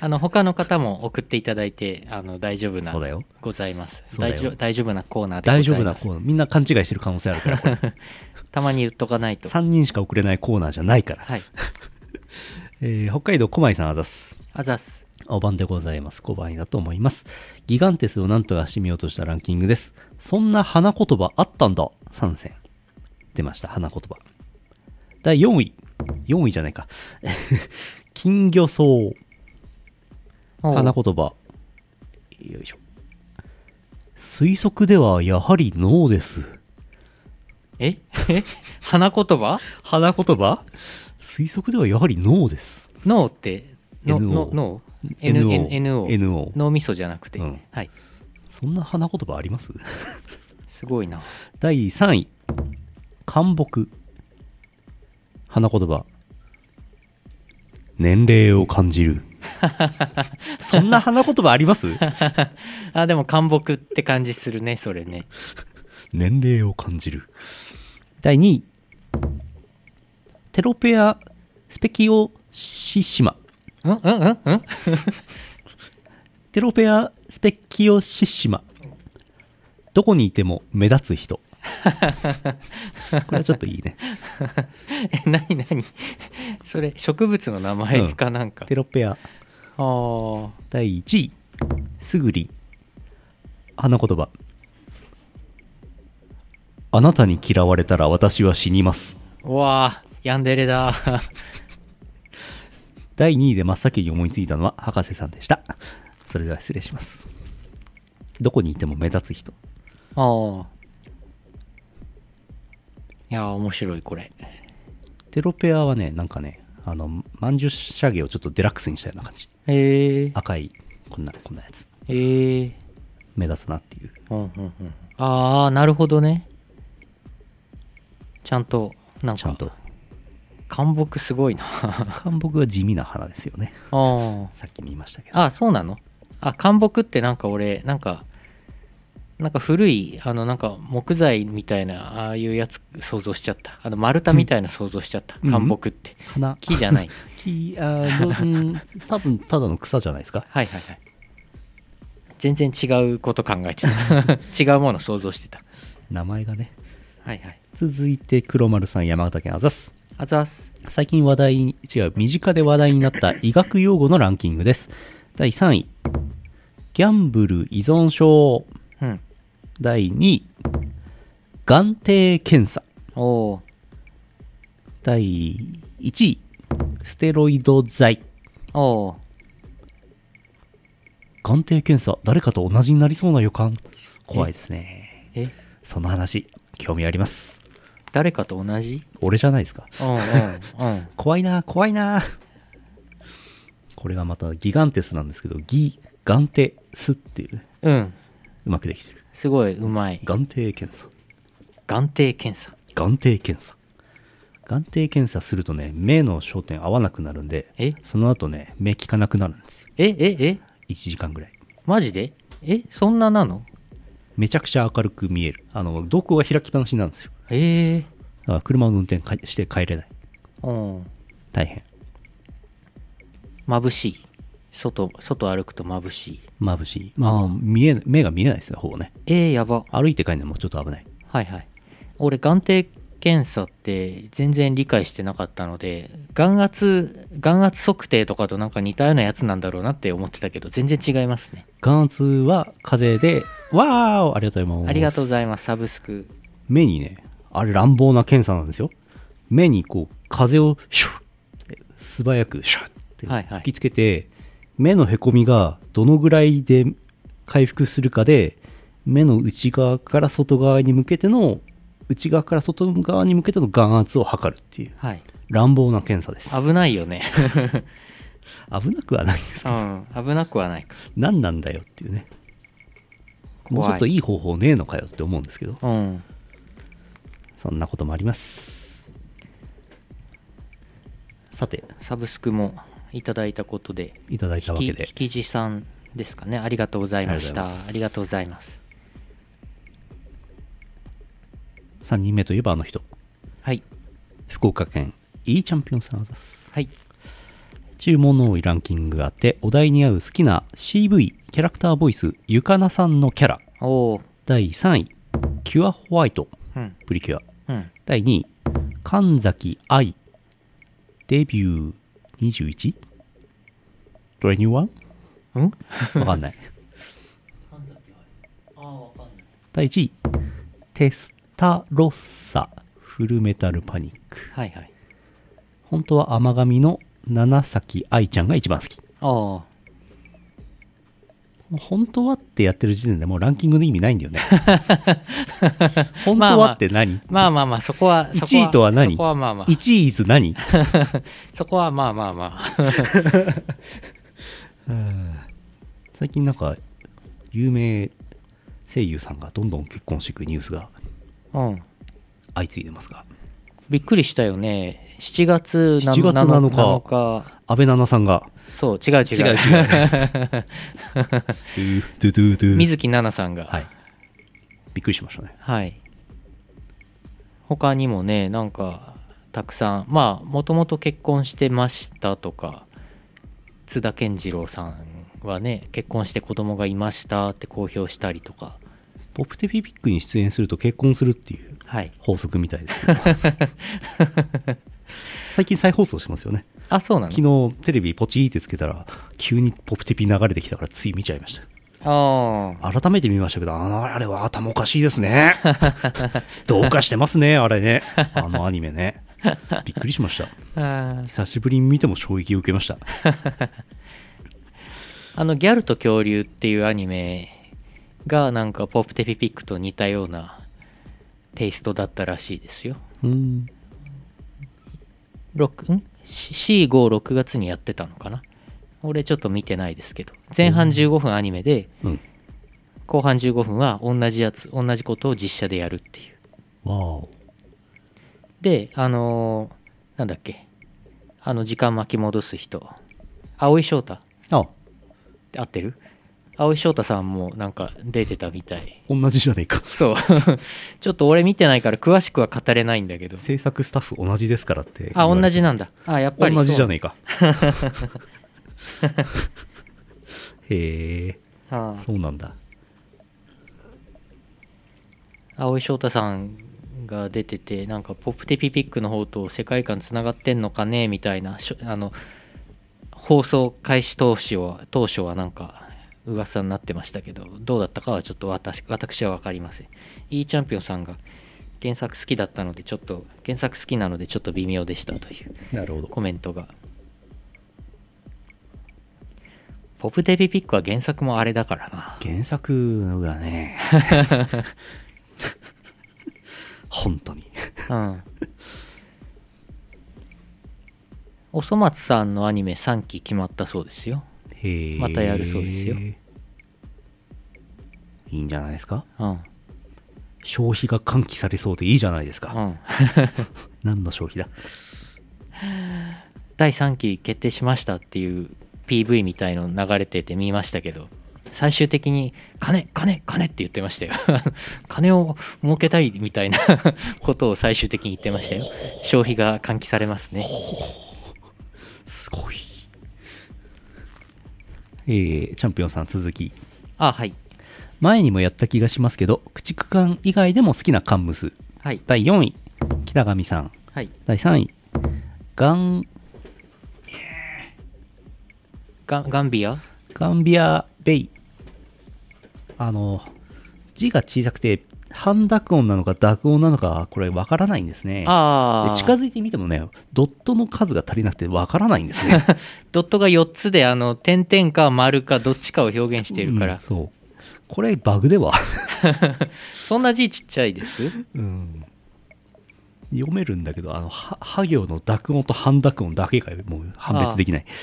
[SPEAKER 1] あの他の方も送っていただいてあの大丈夫な
[SPEAKER 2] そうだよ
[SPEAKER 1] ございます
[SPEAKER 2] そう
[SPEAKER 1] 大
[SPEAKER 2] だよ
[SPEAKER 1] 丈夫大丈夫なコーナーで
[SPEAKER 2] 大
[SPEAKER 1] ご
[SPEAKER 2] 丈
[SPEAKER 1] ざい
[SPEAKER 2] 夫な
[SPEAKER 1] ます
[SPEAKER 2] コーナー。みんな勘違いしてる可能性あるから、こ れ
[SPEAKER 1] たまに言っとかないと
[SPEAKER 2] 3人しか送れないコーナーじゃないから。
[SPEAKER 1] はい
[SPEAKER 2] えー北海道小前さんあざっす。
[SPEAKER 1] あざっす
[SPEAKER 2] お晩でございます。小前だと思います。ギガンテスをなんとかしてみようとしたランキングです。そんな花言葉あったんだ。参戦。出ました、花言葉。第4位。4位じゃないか。 金魚草。花
[SPEAKER 1] おう
[SPEAKER 2] 言葉。よいしょ。推測ではやはりノーです。
[SPEAKER 1] え え花言葉
[SPEAKER 2] 花言葉推測ではやはりノーです。
[SPEAKER 1] 脳っての
[SPEAKER 2] NO
[SPEAKER 1] のの N- N- NO
[SPEAKER 2] NO
[SPEAKER 1] 脳みそじゃなくて、
[SPEAKER 2] うん
[SPEAKER 1] はい
[SPEAKER 2] そんな花言葉あります
[SPEAKER 1] すごいな
[SPEAKER 2] 第3位。寒木。花言葉。年齢を感 じる。そんな花言葉あります
[SPEAKER 1] あでも漢木って感じするねそれね
[SPEAKER 2] 年齢を感じる。第2位。テロペアスペキオシシマ。
[SPEAKER 1] うんうんうんうん
[SPEAKER 2] テロペアスペキオシシマ。どこにいても目 立つ人。これはちょっといいね。
[SPEAKER 1] え何何それ植物の名前かなんか、
[SPEAKER 2] テロペア
[SPEAKER 1] ああ
[SPEAKER 2] 第1位。すぐり。花言葉。あなたに嫌われたら私は死にます。
[SPEAKER 1] うわーヤンデレだ
[SPEAKER 2] 第2位で真っ先に思いついたのは博士さんでした。それでは失礼します。どこにいても目立つ人。
[SPEAKER 1] ああいやー面白いこれ
[SPEAKER 2] テロペアはね、なんかね、あの、まんじゅう射芸をちょっとデラックスにしたような感じ。
[SPEAKER 1] えー、
[SPEAKER 2] 赤い、こんな、こんなやつ。
[SPEAKER 1] えー、
[SPEAKER 2] 目立つなっていう
[SPEAKER 1] うんうんうんああなるほどねちゃんとなん
[SPEAKER 2] ちゃん
[SPEAKER 1] か
[SPEAKER 2] と
[SPEAKER 1] 漢木すごいな あ
[SPEAKER 2] 韓木は地味な花ですよね
[SPEAKER 1] あ
[SPEAKER 2] さっきも言いましたけど
[SPEAKER 1] あ、そうなのあ、漢木ってなんか俺、なんか、なんか古い、あの、なんか木材みたいな、ああいうやつ想像しちゃった。あの、丸太みたいな想像しちゃった。
[SPEAKER 2] うん
[SPEAKER 1] 漢木って。
[SPEAKER 2] 花
[SPEAKER 1] 木じゃ ない。
[SPEAKER 2] 木あーどうん多分ただの草じゃないですか
[SPEAKER 1] はいはいはい。全然違うこと考 えてた。違うもの想像してた。
[SPEAKER 2] 名前がね
[SPEAKER 1] はいはい。
[SPEAKER 2] 続いて黒丸さん山形県あざす
[SPEAKER 1] あざっす。
[SPEAKER 2] 最近話題に違う身近で話題になった医学用語のランキングです第3位ギャンブル依存症
[SPEAKER 1] うん。
[SPEAKER 2] 第2位眼底検査
[SPEAKER 1] おお
[SPEAKER 2] 第1位ステロイド剤
[SPEAKER 1] ーおー
[SPEAKER 2] 眼底検査誰かと同じになりそうな予感怖いですね
[SPEAKER 1] え、
[SPEAKER 2] その話興味あります
[SPEAKER 1] 誰かと同じ
[SPEAKER 2] 俺じゃないですか
[SPEAKER 1] うんうんうん。
[SPEAKER 2] 怖いな怖いなこれがまたギガンテスなんですけどギ眼底すっていうね
[SPEAKER 1] うん
[SPEAKER 2] うまくできてる
[SPEAKER 1] すごいうまい
[SPEAKER 2] 眼底検査
[SPEAKER 1] 眼底検査
[SPEAKER 2] 眼底検査眼底検査するとね目の焦点合わなくなるんで
[SPEAKER 1] え
[SPEAKER 2] その後ね目効かなくなるんですよ
[SPEAKER 1] えええ
[SPEAKER 2] 1時間ぐらい
[SPEAKER 1] マジでえそんななの
[SPEAKER 2] めちゃくちゃ明るく見えるあの瞳孔が開きっぱなしになるんですよ
[SPEAKER 1] へえ
[SPEAKER 2] だから車を運転かして帰れない
[SPEAKER 1] うん
[SPEAKER 2] 大変
[SPEAKER 1] 眩しい外外歩くと眩しい
[SPEAKER 2] 眩しいまあ見え目が見えないですねほぼね
[SPEAKER 1] えー、やば
[SPEAKER 2] 歩いて帰るのもちょっと危ない
[SPEAKER 1] はいはい俺眼底検査って全然理解してなかったので眼圧眼圧測定とかとなんか似たようなやつなんだろうなって思ってたけど全然違いますね
[SPEAKER 2] 眼圧は風邪でわーありがとうございます
[SPEAKER 1] ありがとうご
[SPEAKER 2] い
[SPEAKER 1] ざいますサブスク
[SPEAKER 2] ます目にねあれ乱暴な検査なんですよ目にこう風をシュッって素早くシュッって
[SPEAKER 1] はいはい
[SPEAKER 2] 吹きつけて、目のへこみがどのぐらいで回復するかで目の内側から外側に向けての内側から外側に向けての眼圧を測るっていう
[SPEAKER 1] はい
[SPEAKER 2] 乱暴な検査です
[SPEAKER 1] 危ないよね
[SPEAKER 2] 危なくはないんですけ
[SPEAKER 1] う
[SPEAKER 2] ど、
[SPEAKER 1] ん危なくはないか
[SPEAKER 2] 何なんだよっていうねもうちょっといい方法ねえのかよって思うんですけど
[SPEAKER 1] うん
[SPEAKER 2] そんなこともありますさて
[SPEAKER 1] サブスクもいただいたことで
[SPEAKER 2] いただいたわけで
[SPEAKER 1] き地さんですかねありがとうございましたあ
[SPEAKER 2] あ
[SPEAKER 1] り
[SPEAKER 2] り
[SPEAKER 1] が
[SPEAKER 2] が
[SPEAKER 1] と
[SPEAKER 2] と
[SPEAKER 1] うございます
[SPEAKER 2] 3人目といえばあの人
[SPEAKER 1] はい
[SPEAKER 2] 福岡県 E チャンピオンさんあざす
[SPEAKER 1] はい
[SPEAKER 2] 注文の多いランキングがあってお題に合う好きな CV キャラクターボイスゆかなさんのキャラ
[SPEAKER 1] おお
[SPEAKER 2] 第3位キュアホワイト
[SPEAKER 1] うん
[SPEAKER 2] プリキュア
[SPEAKER 1] うん
[SPEAKER 2] 第2位神崎愛デビュー 21?21? わ
[SPEAKER 1] うん
[SPEAKER 2] かんない第1位テスタロッサフルメタルパニック
[SPEAKER 1] はいはい
[SPEAKER 2] 本当は甘神の七崎愛ちゃんが一番好き
[SPEAKER 1] ああ
[SPEAKER 2] 本当はってやってる時点でもうランキングの意味ないんだ よね本当はって何、
[SPEAKER 1] まあまあまあ、そこは、そこ
[SPEAKER 2] 1位とは何
[SPEAKER 1] そこはまあまあ、
[SPEAKER 2] 1位いつ何
[SPEAKER 1] そこはまあまあまあ。
[SPEAKER 2] 最近なんか有名声優さんがどんどん結婚していくニュースが
[SPEAKER 1] うん。
[SPEAKER 2] 相次いでますが
[SPEAKER 1] びっくりしたよね。7月7
[SPEAKER 2] 7月7日
[SPEAKER 1] 7日
[SPEAKER 2] 安倍奈々さんが
[SPEAKER 1] そう、違う違う。
[SPEAKER 2] 違う違うドゥドゥド ゥ
[SPEAKER 1] 水木奈々さんが。
[SPEAKER 2] はいびっくりしましたね
[SPEAKER 1] はい。他にもね、なんか、たくさん、まあ、もともと結婚してましたとか、津田健次郎さんはね、結婚して子供がいましたって公表したりとか、
[SPEAKER 2] ポプテピピックに出演すると結婚するっていう
[SPEAKER 1] はい。
[SPEAKER 2] 法則みたいです けど最近再放送してますよね
[SPEAKER 1] あ、そうなの
[SPEAKER 2] 昨日テレビポチーってつけたら急にポプテピ流れてきたからつい見ちゃいました
[SPEAKER 1] ああ。
[SPEAKER 2] 改めて見ましたけどあのあれは頭おかしいで すねどうかしてますねあれねあのアニメねびっくりしました
[SPEAKER 1] あー
[SPEAKER 2] 久しぶりに見ても衝撃を受けました
[SPEAKER 1] あの、ギャルと恐竜っていうアニメが、なんか、ポップテピピックと似たようなテイストだったらしいですよ。
[SPEAKER 2] うん
[SPEAKER 1] 6ん ?C5、6月にやってたのかな俺ちょっと見てないですけど。前半15分アニメで、
[SPEAKER 2] うん
[SPEAKER 1] 後半15分は同じやつ、同じことを実写でやるっていう。
[SPEAKER 2] わお
[SPEAKER 1] で、あのーなんだっけ。あの、時間巻き戻す人。葵翔太
[SPEAKER 2] あ
[SPEAKER 1] 合ってる葵翔太さんもなんか出てたみたい。
[SPEAKER 2] 同じじゃねえか
[SPEAKER 1] そう。 ちょっと俺見てないから詳しくは語れないんだけど。
[SPEAKER 2] 制作スタッフ同じですからって
[SPEAKER 1] あ、同じ
[SPEAKER 2] な
[SPEAKER 1] なんだ。あ、やっぱりそう。
[SPEAKER 2] 同じじゃね えかへえ
[SPEAKER 1] ああ
[SPEAKER 2] そうなんだ
[SPEAKER 1] 蒼井翔太さんが出てて、なんかポップテピピックの方と世界観つながってんのかねみたいな、しょあの、放送開始当初は、当初はなんか、噂になってましたけど、どうだったかはちょっと私私は分かりません。E チャンピオンさんが原作好きだったので、ちょっと、原作好きなのでちょっと微妙でしたという。
[SPEAKER 2] なるほど
[SPEAKER 1] コメントが。ポップテレビピックは原作もあれだからな。
[SPEAKER 2] 原作が ね本当に
[SPEAKER 1] うん。おそ松さんのアニメ3期決まったそうですよ。
[SPEAKER 2] へへえ
[SPEAKER 1] またやるそうですよ
[SPEAKER 2] いいんじゃないですか
[SPEAKER 1] うん
[SPEAKER 2] 消費が喚起されそうでいいじゃないです
[SPEAKER 1] う
[SPEAKER 2] か、
[SPEAKER 1] ん、
[SPEAKER 2] 何の消費だ
[SPEAKER 1] 第3期決定しましたっていう PV みたいの流れてて見ましたけど最終的に金金金って言ってましたよ 金を儲けたいみたいな ことを最終的に言ってましたよ消費が喚起されますね
[SPEAKER 2] すごいえーチャンピオンさん続き
[SPEAKER 1] あはい
[SPEAKER 2] 前にもやった気がしますけど駆逐艦以外でも好きな艦ムス
[SPEAKER 1] はい
[SPEAKER 2] 第4位北上さん
[SPEAKER 1] はい
[SPEAKER 2] 第3位ガン
[SPEAKER 1] ガンガンビア
[SPEAKER 2] ガンビア・ベイ。あの、字が小さくて、半濁音なのか濁音なのか、これわからないんですね。
[SPEAKER 1] あ
[SPEAKER 2] で
[SPEAKER 1] あ
[SPEAKER 2] 近づいてみてもね、ドットの数が足りなくてわからないんで すね。
[SPEAKER 1] ドットが4つであの点々か丸かどっちかを表現しているか
[SPEAKER 2] う
[SPEAKER 1] ら
[SPEAKER 2] ん、そう。これバグでは、
[SPEAKER 1] そんな字ちっちゃいです
[SPEAKER 2] うん読めるんだけど、あの、はは行の濁音と半濁音だけがもう判別できない。えー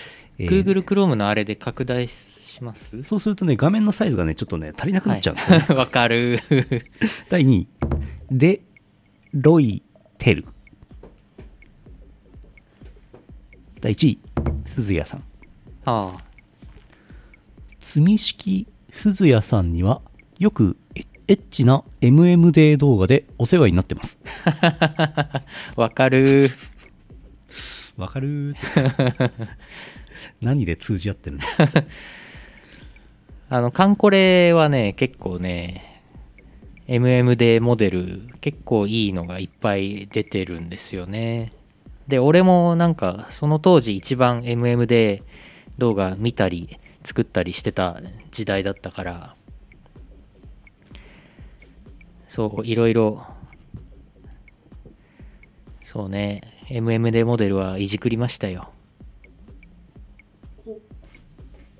[SPEAKER 1] Google Chrome のあれで拡大します
[SPEAKER 2] そうするとね、画面のサイズがね、ちょっとね、足りなくなっちゃうんですよね。
[SPEAKER 1] はい わかる
[SPEAKER 2] 第2位、デ・ロイ・テル。第1位、鈴谷さん。
[SPEAKER 1] ああ
[SPEAKER 2] 積式鈴谷さんにはよくエエッチな MMD 動画でお世話になってます。
[SPEAKER 1] わかる
[SPEAKER 2] わかるーって。何で通じ合ってるんだ
[SPEAKER 1] あのカンコレはね結構ね MMD モデル結構いいのがいっぱい出てるんですよねで俺もなんかその当時一番 MMD 動画見たり作ったりしてた時代だったからそういろいろそうね MMD モデルはいじくりましたよ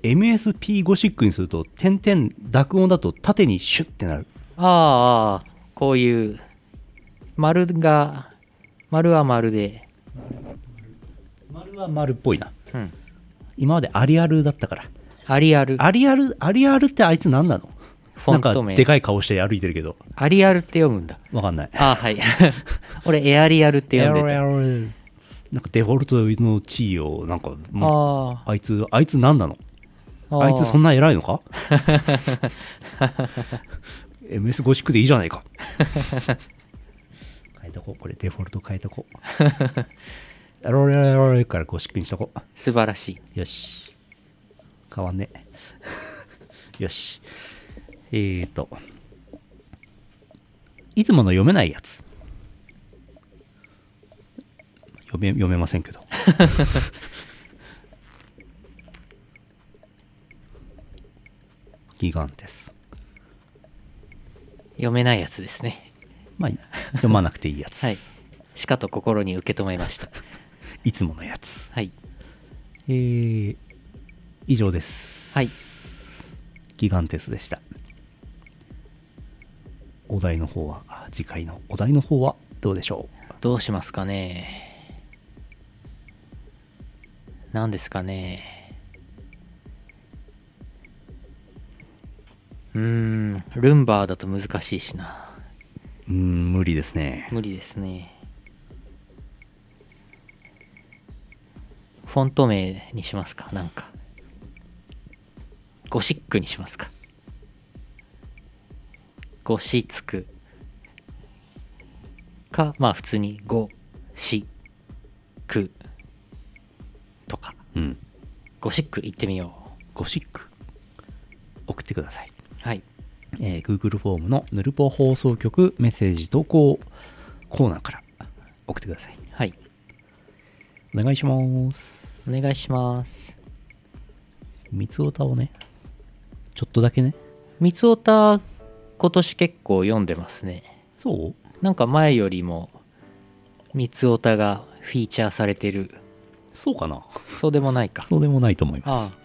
[SPEAKER 2] MSP ゴシックにすると、点々、濁音だと縦にシュッてなる。
[SPEAKER 1] ああ、こういう、丸が、丸は丸で、
[SPEAKER 2] 丸は丸っぽいな。
[SPEAKER 1] うん。
[SPEAKER 2] 今までアリアルだったから。
[SPEAKER 1] ありある。
[SPEAKER 2] アリアル、アリアルってあいつ何なの
[SPEAKER 1] フォント
[SPEAKER 2] なんか
[SPEAKER 1] 名
[SPEAKER 2] で。かい顔して歩いてるけど、
[SPEAKER 1] ありあるって読むんだ。
[SPEAKER 2] わかんない。
[SPEAKER 1] ああ、はい。 俺、エアリアルって読んでた。あ
[SPEAKER 2] なんかデフォルトの地位を、なんか、もう
[SPEAKER 1] あ
[SPEAKER 2] あいつ、あいつ何なの
[SPEAKER 1] ああ。
[SPEAKER 2] あいつそんな偉い のか ?MS ゴシックでいいじゃないか。 変えとこう、これデフォルト変えとこう。 あロレロレからゴシックにしとこう。
[SPEAKER 1] 素晴らしい。
[SPEAKER 2] よし。変わんね え。よし。えーと。いつもの読めないやつ。読め、読めませんけど。 ギガンです。
[SPEAKER 1] 読めないやつですね。
[SPEAKER 2] まあいい、読まなくていいやつ。
[SPEAKER 1] はい。しかと心に受け止めました。
[SPEAKER 2] いつものやつ。
[SPEAKER 1] はい。
[SPEAKER 2] えー、以上です。
[SPEAKER 1] はい。
[SPEAKER 2] ギガンテスでした。お題の方は、あ次回のお題の方はどうでしょ
[SPEAKER 1] どうしますかね。何ですかね。うーん、ルンバーだと難しいしな。
[SPEAKER 2] ううーん、無理ですね。
[SPEAKER 1] 無理ですね。フォント名にしますか、なんか。ゴシックにしますか。ゴシつく。か、まあ普通にゴシクとか。
[SPEAKER 2] うん。
[SPEAKER 1] ゴシック行ってみよ
[SPEAKER 2] ゴシック。送ってください。
[SPEAKER 1] う。はい。
[SPEAKER 2] えー Google フォームのヌルポ放送局メッセージ投稿コーナーから送ってください。
[SPEAKER 1] はい。
[SPEAKER 2] お願いします。
[SPEAKER 1] お願いします。
[SPEAKER 2] 三つおたをね、ちょっとだけね。
[SPEAKER 1] 三つおた、今年結構読んでますね。
[SPEAKER 2] そう
[SPEAKER 1] なんか前よりも、三つおたがフィーチャーされてる。
[SPEAKER 2] そうかな
[SPEAKER 1] そうでもないか。
[SPEAKER 2] そうでもないと思います。
[SPEAKER 1] あ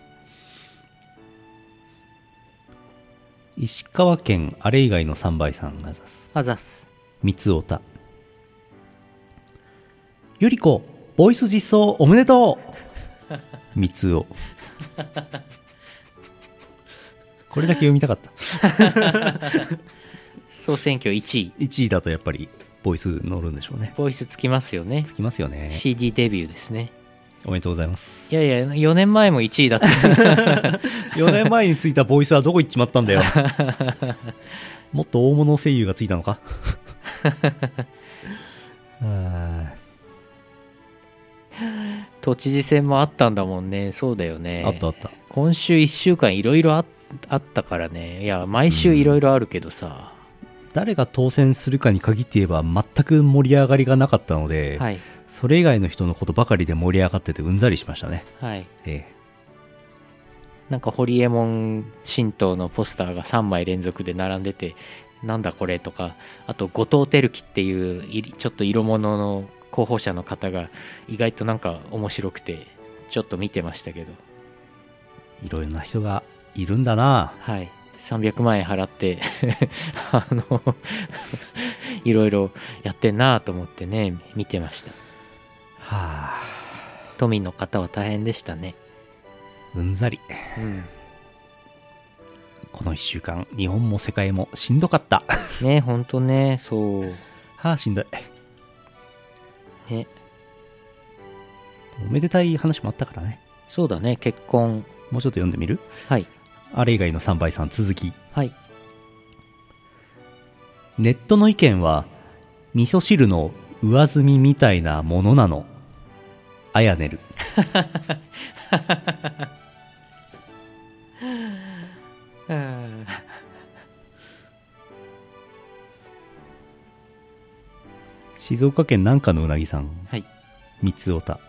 [SPEAKER 2] 石川県あれ以外の3倍さんが指す
[SPEAKER 1] あ、あざっす。
[SPEAKER 2] 三つおたゆりこボイス実装おめでとう三つおこれだけ読みたかった。
[SPEAKER 1] 総選挙1位
[SPEAKER 2] 1位だとやっぱり、ボイス乗るんでしょうね。
[SPEAKER 1] ボイスつきますよね
[SPEAKER 2] つきますよね。
[SPEAKER 1] CD デビューですね
[SPEAKER 2] おめでとうございます。
[SPEAKER 1] いやいや4年前も1位だった
[SPEAKER 2] 4年前についたボイスはどこ行っちまったんだよ。もっと大物声優がついたのかあ
[SPEAKER 1] 都知事選もあったんだもんねそうだよね
[SPEAKER 2] ーあったあった。
[SPEAKER 1] 今週1週間いろいろああったからねいや毎週いろいろあるけどさ、
[SPEAKER 2] 誰が当選するかに限って言えば全く盛り上がりがなかったので、
[SPEAKER 1] はい
[SPEAKER 2] それ以外の人のことばかりで盛り上がっててうんざりしましたね。
[SPEAKER 1] はい
[SPEAKER 2] ええ
[SPEAKER 1] なんかホリエモン神道のポスターが3枚連続で並んでてなんだこれとかあと後藤輝樹っていういちょっと色物の候補者の方が意外となんか面白くてちょっと見てましたけど
[SPEAKER 2] いろいろな人がいるんだな。
[SPEAKER 1] はい300万円払って あの いろいろやってんなと思ってね見てました
[SPEAKER 2] はあ、
[SPEAKER 1] 都民の方は大変でしたね
[SPEAKER 2] うんざり。
[SPEAKER 1] うん
[SPEAKER 2] この1週間、日本も世界もしんどかった。
[SPEAKER 1] ねほんとねそう
[SPEAKER 2] はあ、しんどい。
[SPEAKER 1] ね
[SPEAKER 2] おめでたい話もあったからね。
[SPEAKER 1] そうだね結婚
[SPEAKER 2] もうちょっと読んでみる
[SPEAKER 1] はい
[SPEAKER 2] あれ以外の3倍さん続き。
[SPEAKER 1] はい
[SPEAKER 2] ネットの意見は、味噌汁の上積みみたいなものなの。あやねる。 静岡県南下のうなぎさん。
[SPEAKER 1] はい
[SPEAKER 2] 三つおた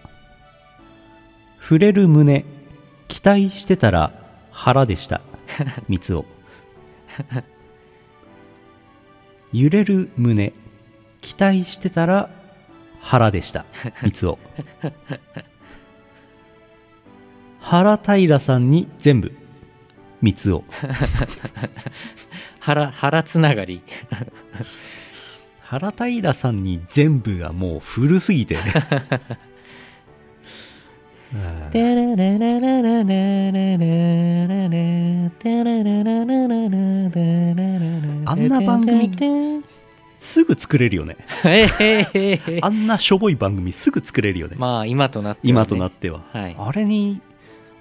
[SPEAKER 2] 触れる胸期待してたら腹でした三つお揺れる胸期待してたら腹でした三つお原平さんに全部三つお
[SPEAKER 1] 腹腹つながり
[SPEAKER 2] 原平さんに全部がもう古すぎてうん
[SPEAKER 1] テレレレレレレレレレテレレレレレレレレ
[SPEAKER 2] あんな番組すぐ作れるよね
[SPEAKER 1] えへへへ
[SPEAKER 2] あんなしょぼい番組すぐ作れるよね。
[SPEAKER 1] まあ今となってはね
[SPEAKER 2] 今となっては。
[SPEAKER 1] はい
[SPEAKER 2] あれに、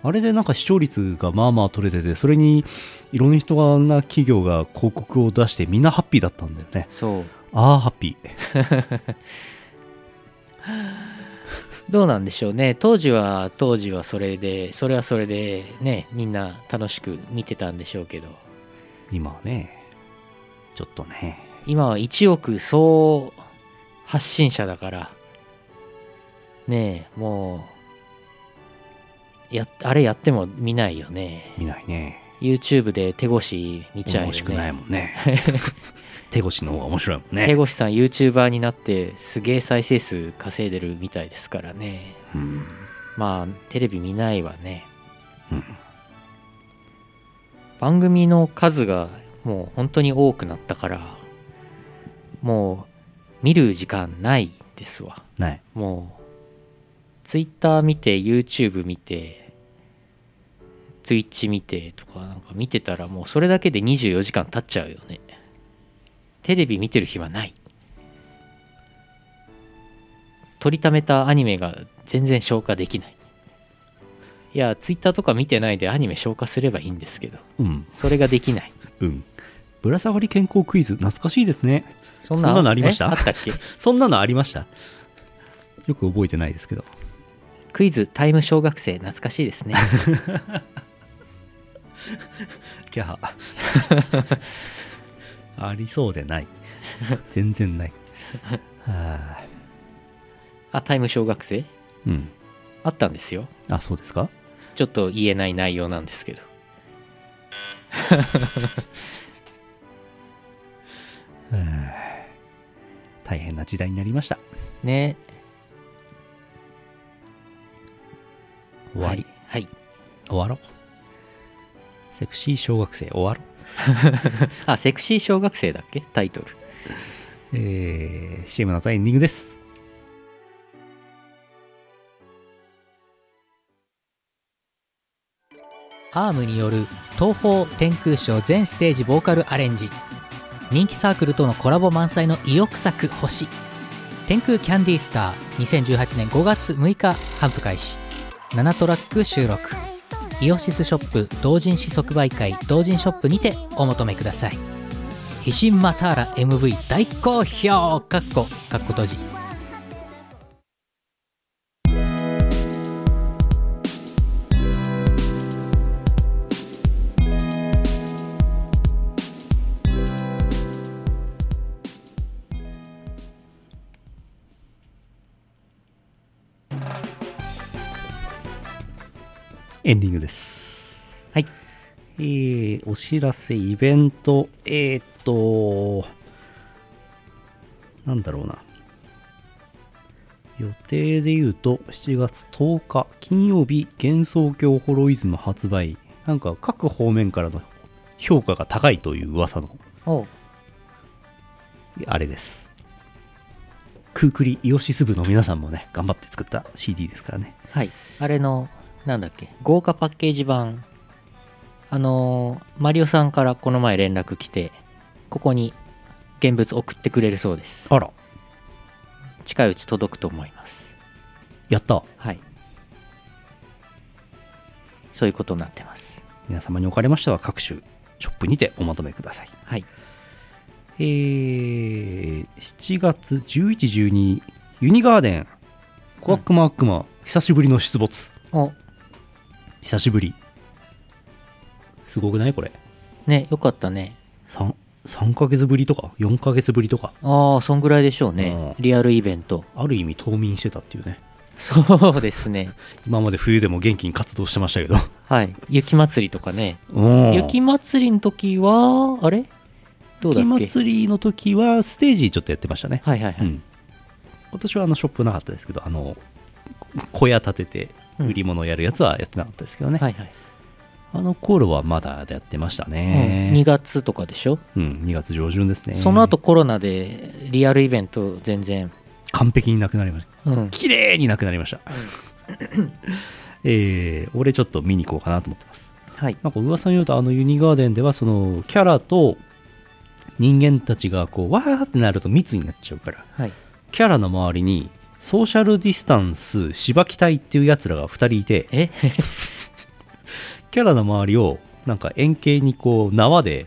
[SPEAKER 2] あれでなんか視聴率がまあまあ取れてて、それにいろんな人が、あんな企業が広告を出してみんなハッピーだったんだよね。
[SPEAKER 1] そう
[SPEAKER 2] ああ、ハッピー。
[SPEAKER 1] どうなんでしょうね当時は当時はそれでそれはそれでねみんな楽しく見てたんでしょうけど
[SPEAKER 2] 今はね、ちょっとね、
[SPEAKER 1] 今は1億総発信者だからねえもうやあれやっても見ないよね
[SPEAKER 2] 見ないね。
[SPEAKER 1] YouTube で手越し見ちゃうよ
[SPEAKER 2] 面
[SPEAKER 1] ね
[SPEAKER 2] しくないもんね。手越しの方が面白いもん
[SPEAKER 1] 手
[SPEAKER 2] ね。
[SPEAKER 1] 越さん YouTuber になってすげえ再生数稼いでるみたいですからね
[SPEAKER 2] うん
[SPEAKER 1] まあテレビ見ないわね
[SPEAKER 2] うん
[SPEAKER 1] 番組の数がもう本当に多くなったからもう見る時間ないですわ
[SPEAKER 2] ない。
[SPEAKER 1] もう、ツイッター見て、YouTube 見て、Twitch 見てとか、なんか見てたらもうそれだけで24時間経っちゃうよね。テレビ見てる暇ない。取りためたアニメが全然消化できない。いや、ツイッターとか見てないでアニメ消化すればいいんですけど、
[SPEAKER 2] うん、
[SPEAKER 1] それができない。
[SPEAKER 2] うん。ぶら下がり健康クイズ、懐かしいですね。
[SPEAKER 1] そ
[SPEAKER 2] そんなのありました
[SPEAKER 1] えあったっけ
[SPEAKER 2] そんなのありましたよく覚えてないですけど。
[SPEAKER 1] クイズ、タイム小学生、懐かしい ですね。
[SPEAKER 2] キャ ハありそうで ない全然ないはあ
[SPEAKER 1] あ、タイム小学生
[SPEAKER 2] うん
[SPEAKER 1] あったんですよ。
[SPEAKER 2] あそうですか
[SPEAKER 1] ちょっと言えない内容なんですけど。
[SPEAKER 2] 大変な時代になりました
[SPEAKER 1] ね。
[SPEAKER 2] 終わり、。
[SPEAKER 1] はい。
[SPEAKER 2] 終わろうセクシー小学生終わろう
[SPEAKER 1] あ、セクシー小学生だっけタイトル。
[SPEAKER 2] えー、CM の後はエンディングです
[SPEAKER 1] アームによる東方天空ショー全ステージボーカルアレンジ人気サークルとのコラボ満載の意欲作「星」天空キャンディースター2018年5月6日頒布開始7トラック収録イオシスショップ同人誌即売会同人ショップにてお求めください「ヒシンマターラ MV 大好評」かっこかっこ閉じ
[SPEAKER 2] エンディングです。
[SPEAKER 1] はい。
[SPEAKER 2] えー、お知らせ、イベント、えー、っと、なんだろうな。予定で言うと、7月10日、金曜日、幻想郷ホロイズム発売。なんか、各方面からの評価が高いという噂の、
[SPEAKER 1] おう
[SPEAKER 2] あれです。クークリイオシス部の皆さんもね、頑張って作った CD ですからね。
[SPEAKER 1] はいあれのなんだっけ豪華パッケージ版あのーマリオさんからこの前連絡来てここに現物送ってくれるそうです
[SPEAKER 2] あら、
[SPEAKER 1] 近いうち届くと思います
[SPEAKER 2] やった
[SPEAKER 1] はいそういうことになってます
[SPEAKER 2] 皆様におかれましては各種ショップにておまとめください。
[SPEAKER 1] はい
[SPEAKER 2] えー、7月11、12、ユニガーデン、コアックマークマ、久しぶりの出没。
[SPEAKER 1] お
[SPEAKER 2] 久しぶり。すごくないこれ。
[SPEAKER 1] ねよかったね
[SPEAKER 2] 3, 3ヶ月ぶりとか、4ヶ月ぶりとか、
[SPEAKER 1] ああそんぐらいでしょうね
[SPEAKER 2] う
[SPEAKER 1] リアルイベント
[SPEAKER 2] ある意味冬眠してたっていうね。
[SPEAKER 1] そうですね
[SPEAKER 2] 今まで冬でも元気に活動してました けど。
[SPEAKER 1] はい雪祭りとかね
[SPEAKER 2] うん
[SPEAKER 1] 雪祭りの時はあれどうだっ
[SPEAKER 2] 雪
[SPEAKER 1] け
[SPEAKER 2] 祭りの時は、ステージちょっとやってましたね。
[SPEAKER 1] はいはいは
[SPEAKER 2] う
[SPEAKER 1] い、
[SPEAKER 2] ん、今年はあのショップなかったですけどあの小屋建てて売り物やるやつはやってなかったですけどね、
[SPEAKER 1] はいはい
[SPEAKER 2] あの頃はまだやってました
[SPEAKER 1] うん2
[SPEAKER 2] ね、
[SPEAKER 1] 月とかでしょ、
[SPEAKER 2] うん 2, 月上旬ですね
[SPEAKER 1] その後コロナでリアルイベント全然、
[SPEAKER 2] 完璧になくなりました
[SPEAKER 1] うん、
[SPEAKER 2] 綺麗になくなりました、 えー俺ちょっと見に行こうかなと思ってます
[SPEAKER 1] はい
[SPEAKER 2] なんか噂によるとあのユニガーデンではそのキャラと人間たちがこうわーってなると密になっちゃうから
[SPEAKER 1] はい
[SPEAKER 2] キャラの周りにソーシャルディスタンスしばき隊っていうやつらが2人いて
[SPEAKER 1] え
[SPEAKER 2] キャラの周りをなんか円形にこう縄で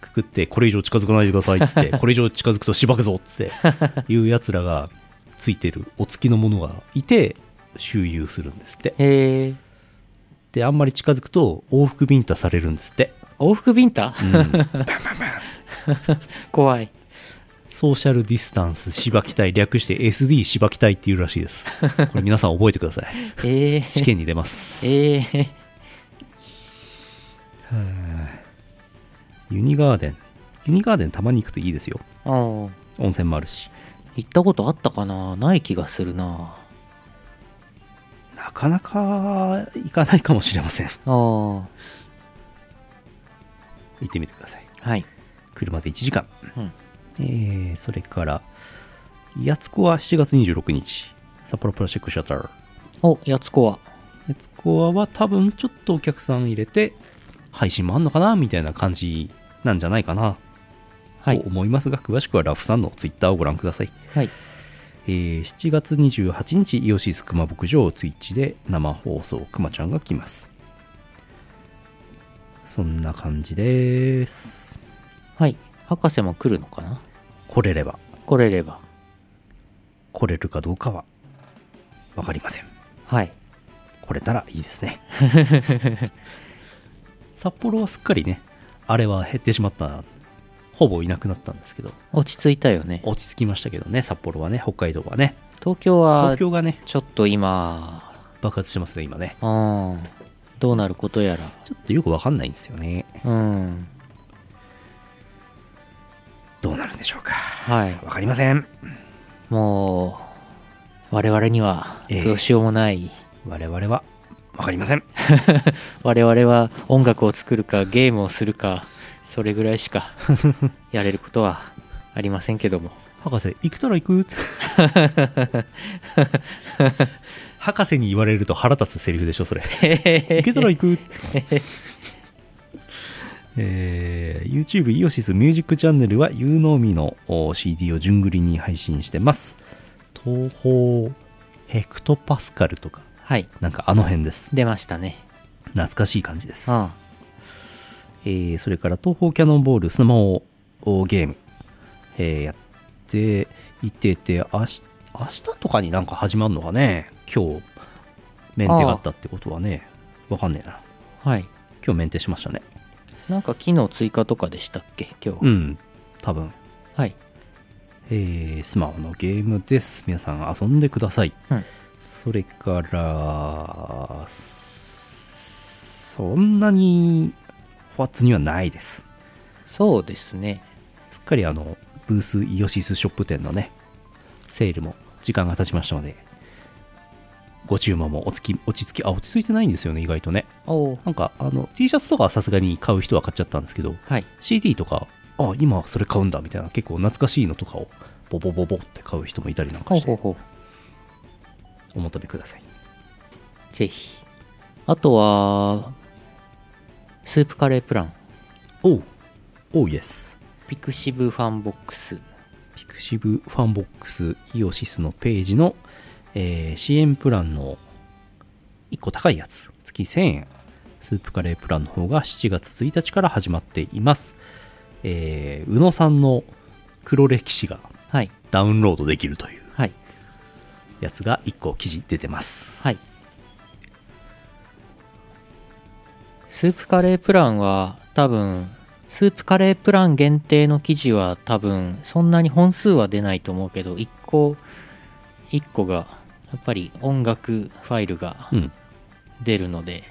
[SPEAKER 2] くくってこれ以上近づかないでくださいっつってこれ以上近づくとしばくぞっつっていうやつらがついてるお付きのものがいて周遊するんですって
[SPEAKER 1] へえ
[SPEAKER 2] であんまり近づくと往復ビンタされるんですって、
[SPEAKER 1] 往復ビンタ
[SPEAKER 2] うん
[SPEAKER 1] 怖い
[SPEAKER 2] ソーシャルディスタンスしばき隊略して SD しばき隊っていうらしいですこれ皆さん覚えてください
[SPEAKER 1] ええ
[SPEAKER 2] 試験に出 ます
[SPEAKER 1] ええ
[SPEAKER 2] ユニガーデンユニガーデンたまに行くといいですよ
[SPEAKER 1] うん
[SPEAKER 2] 温泉もあるし
[SPEAKER 1] 行ったことあったかなない気がするな
[SPEAKER 2] なかなか行かないかもしれません
[SPEAKER 1] ああは
[SPEAKER 2] 行ってみてください
[SPEAKER 1] い
[SPEAKER 2] 車で1時間、
[SPEAKER 1] うん
[SPEAKER 2] えーそれからやつこは7月26日札幌プラスチックシャッター
[SPEAKER 1] おやつこは
[SPEAKER 2] やつこは多分ちょっとお客さん入れて配信もあんのかなみたいな感じなんじゃないかな
[SPEAKER 1] はい
[SPEAKER 2] と思いますが、詳しくはラフさんのツイッターをご覧ください
[SPEAKER 1] はい
[SPEAKER 2] えー7月28日イオシス熊牧場をツイッチで生放送熊ちゃんが来ますそんな感じです
[SPEAKER 1] はい博士も来るのかな
[SPEAKER 2] 来れれば
[SPEAKER 1] 来れれば
[SPEAKER 2] 来れるかどうかは分かりません
[SPEAKER 1] はい
[SPEAKER 2] 来れたらいいですね札幌はすっかりねあれは減ってしまったほぼいなくなったんですけど
[SPEAKER 1] 落ち着いたよね
[SPEAKER 2] 落ち着きましたけどね札幌はね北海道はね
[SPEAKER 1] 東京は
[SPEAKER 2] 東京がね
[SPEAKER 1] ちょっと今
[SPEAKER 2] 爆発してますね今ね
[SPEAKER 1] うんどうなることや
[SPEAKER 2] ちょっとよく分かんないんですよね
[SPEAKER 1] らうん
[SPEAKER 2] どうなるんでしょうか
[SPEAKER 1] はい
[SPEAKER 2] 分かりません
[SPEAKER 1] もう、我々には
[SPEAKER 2] ええ
[SPEAKER 1] どうしようもない、
[SPEAKER 2] 我々は分かりません
[SPEAKER 1] 我々は音楽を作るかゲームをするか、それぐらいし かやれることはありませんけども。
[SPEAKER 2] 博士行くたら行く博士に言われると腹立つセリフでしょそれ
[SPEAKER 1] 受
[SPEAKER 2] 受けたら行くえー YouTube イオシスミュージックチャンネルは u n o m i のお CD を順繰りに配信してます東方ヘクトパスカルとか
[SPEAKER 1] はい
[SPEAKER 2] なんかあの辺です
[SPEAKER 1] 出ましたね
[SPEAKER 2] 懐かしい感じです
[SPEAKER 1] うん
[SPEAKER 2] えーそれから東方キャノンボールスマホゲーム、えーやっていてて明日明日とかになんか始まるのかね今日メンテがあったってことはねわかんねえな
[SPEAKER 1] はい
[SPEAKER 2] 今日メンテしましたね
[SPEAKER 1] なんか機能追加とかでしたっけ今日、
[SPEAKER 2] うん多分
[SPEAKER 1] はい
[SPEAKER 2] えースマホのゲームです皆さん遊んでください、
[SPEAKER 1] うん
[SPEAKER 2] それからそんなにファッツにはないです
[SPEAKER 1] そうですね
[SPEAKER 2] すっかりあのブースイオシスショップ店のねセールも時間が経ちましたのでご注文もおつき落ち着きあ落ち着いてないんですよね意外とね
[SPEAKER 1] おお
[SPEAKER 2] なんかあの T シャツとかはさすがに買う人は買っちゃったんですけど
[SPEAKER 1] はい
[SPEAKER 2] CD とかあ今それ買うんだみたいな結構懐かしいのとかをボボボボって買う人もいたりなんか
[SPEAKER 1] ほう
[SPEAKER 2] し
[SPEAKER 1] ほう
[SPEAKER 2] て
[SPEAKER 1] ほう
[SPEAKER 2] お求めください
[SPEAKER 1] ぜひあとはスープカレープラン
[SPEAKER 2] おうおうイエス
[SPEAKER 1] ピクシブファンボックス
[SPEAKER 2] ピクシブファンボックスイオシスのページの、えー支援プランの1個高いやつ月1000円スープカレープランの方が7月1日から始まっていますえー宇野さんの黒歴史が
[SPEAKER 1] はい
[SPEAKER 2] ダウンロードできるという
[SPEAKER 1] はい
[SPEAKER 2] やつが1個記事出てます
[SPEAKER 1] はいスープカレープランは多分スープカレープラン限定の記事は多分そんなに本数は出ないと思うけど1個1個がやっぱり音楽ファイルが
[SPEAKER 2] うん
[SPEAKER 1] 出るので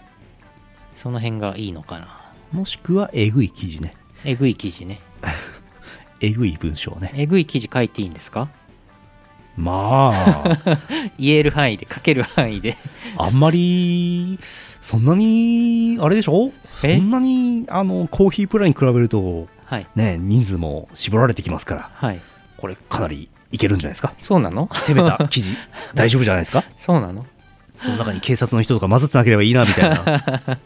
[SPEAKER 1] その辺がいいのかな
[SPEAKER 2] もしくはえぐい記事ね
[SPEAKER 1] えぐい記事ね
[SPEAKER 2] えぐい文章ね
[SPEAKER 1] えぐい記事書いていいんですか
[SPEAKER 2] まあ
[SPEAKER 1] 言える範囲で書ける範囲で
[SPEAKER 2] あんまりそんなにあれでしょそ
[SPEAKER 1] え
[SPEAKER 2] んなにあのコーヒープランに比べると
[SPEAKER 1] はい
[SPEAKER 2] ね、人数も絞られてきますから、
[SPEAKER 1] はい
[SPEAKER 2] これかなりいけるんじゃないですか。
[SPEAKER 1] そうなの
[SPEAKER 2] 攻め た記事、大丈夫じゃないですか。
[SPEAKER 1] そうなの
[SPEAKER 2] その中に警察の人とか混ざってなければいいな、みたいな。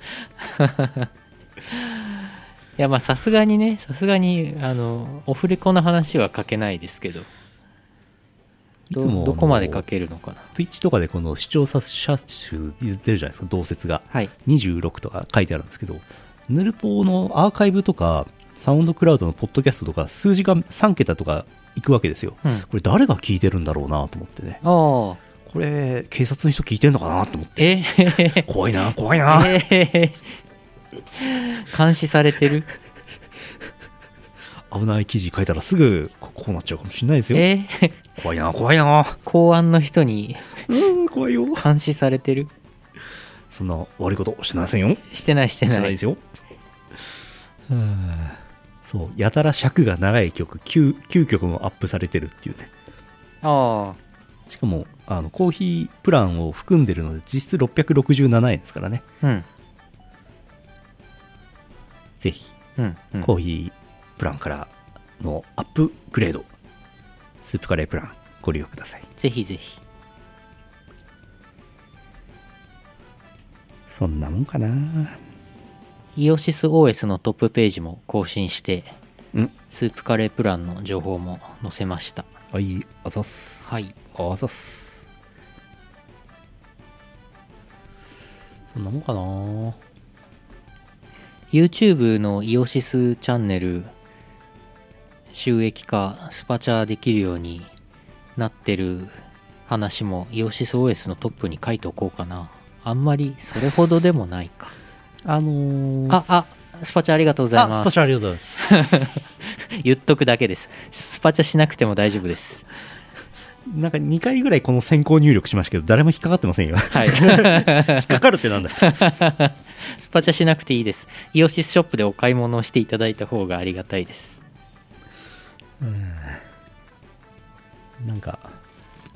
[SPEAKER 1] いやまあさすがにねさすがにあのオフレコの話は書けないですけど ど
[SPEAKER 2] いつもあの
[SPEAKER 1] どこまで書けるのかな
[SPEAKER 2] Twitch とかでこの視聴者数出てるじゃないですか、同説が。
[SPEAKER 1] はい
[SPEAKER 2] 26とか書いてあるんですけど、ヌルポのアーカイブとか、サウンドクラウドのポッドキャストとか、数字が3桁とかいくわけですよ。
[SPEAKER 1] うん
[SPEAKER 2] これ誰が聞いてるんだろうなと思ってね。
[SPEAKER 1] ああ
[SPEAKER 2] これ、警察の人聞いてんのかなと思って。
[SPEAKER 1] ええ
[SPEAKER 2] 怖いな、怖いな。
[SPEAKER 1] 監視されてる
[SPEAKER 2] 危ない記事書いたらすぐここうなっちゃうかもしれないですよ。
[SPEAKER 1] え
[SPEAKER 2] 怖いな、怖いな。
[SPEAKER 1] 公安の人に
[SPEAKER 2] うん、怖いよ。
[SPEAKER 1] 監視されてる
[SPEAKER 2] そんな悪いことしてませんよ。
[SPEAKER 1] してないして
[SPEAKER 2] して
[SPEAKER 1] ない
[SPEAKER 2] ないですよ。そう、やたら尺が長い曲9、9曲もアップされてるっていうね。
[SPEAKER 1] ああ
[SPEAKER 2] しかも、あのコーヒープランを含んでるので、実質667円ですからね。
[SPEAKER 1] うん
[SPEAKER 2] ぜひ、
[SPEAKER 1] うん、うん、
[SPEAKER 2] コーヒープランからのアップグレード、スープカレープラン、ご利用ください。
[SPEAKER 1] ぜひぜひ
[SPEAKER 2] そんなもんかな。
[SPEAKER 1] イオシス OS のトップページも更新して
[SPEAKER 2] うん。
[SPEAKER 1] スープカレープランの情報も載せました
[SPEAKER 2] はい、あざっす。
[SPEAKER 1] はい
[SPEAKER 2] あざっすそんなもんかな
[SPEAKER 1] YouTube のイオシスチャンネル収益化スパチャできるようになってる話もイオシス OS のトップに書いておこうかなあんまりそれほどでもないか
[SPEAKER 2] あのー、
[SPEAKER 1] ああスパチャありがとうございます
[SPEAKER 2] あスパチャありがとうございます
[SPEAKER 1] 言っとくだけですスパチャしなくても大丈夫です
[SPEAKER 2] なんか2回ぐらいこの先行入力しましたけど誰も引っかかってませんよ
[SPEAKER 1] はい
[SPEAKER 2] 引っかかるってなんだ
[SPEAKER 1] スパチャしなくていいですイオシスショップでお買い物をしていただいた方がありがたいです
[SPEAKER 2] なんか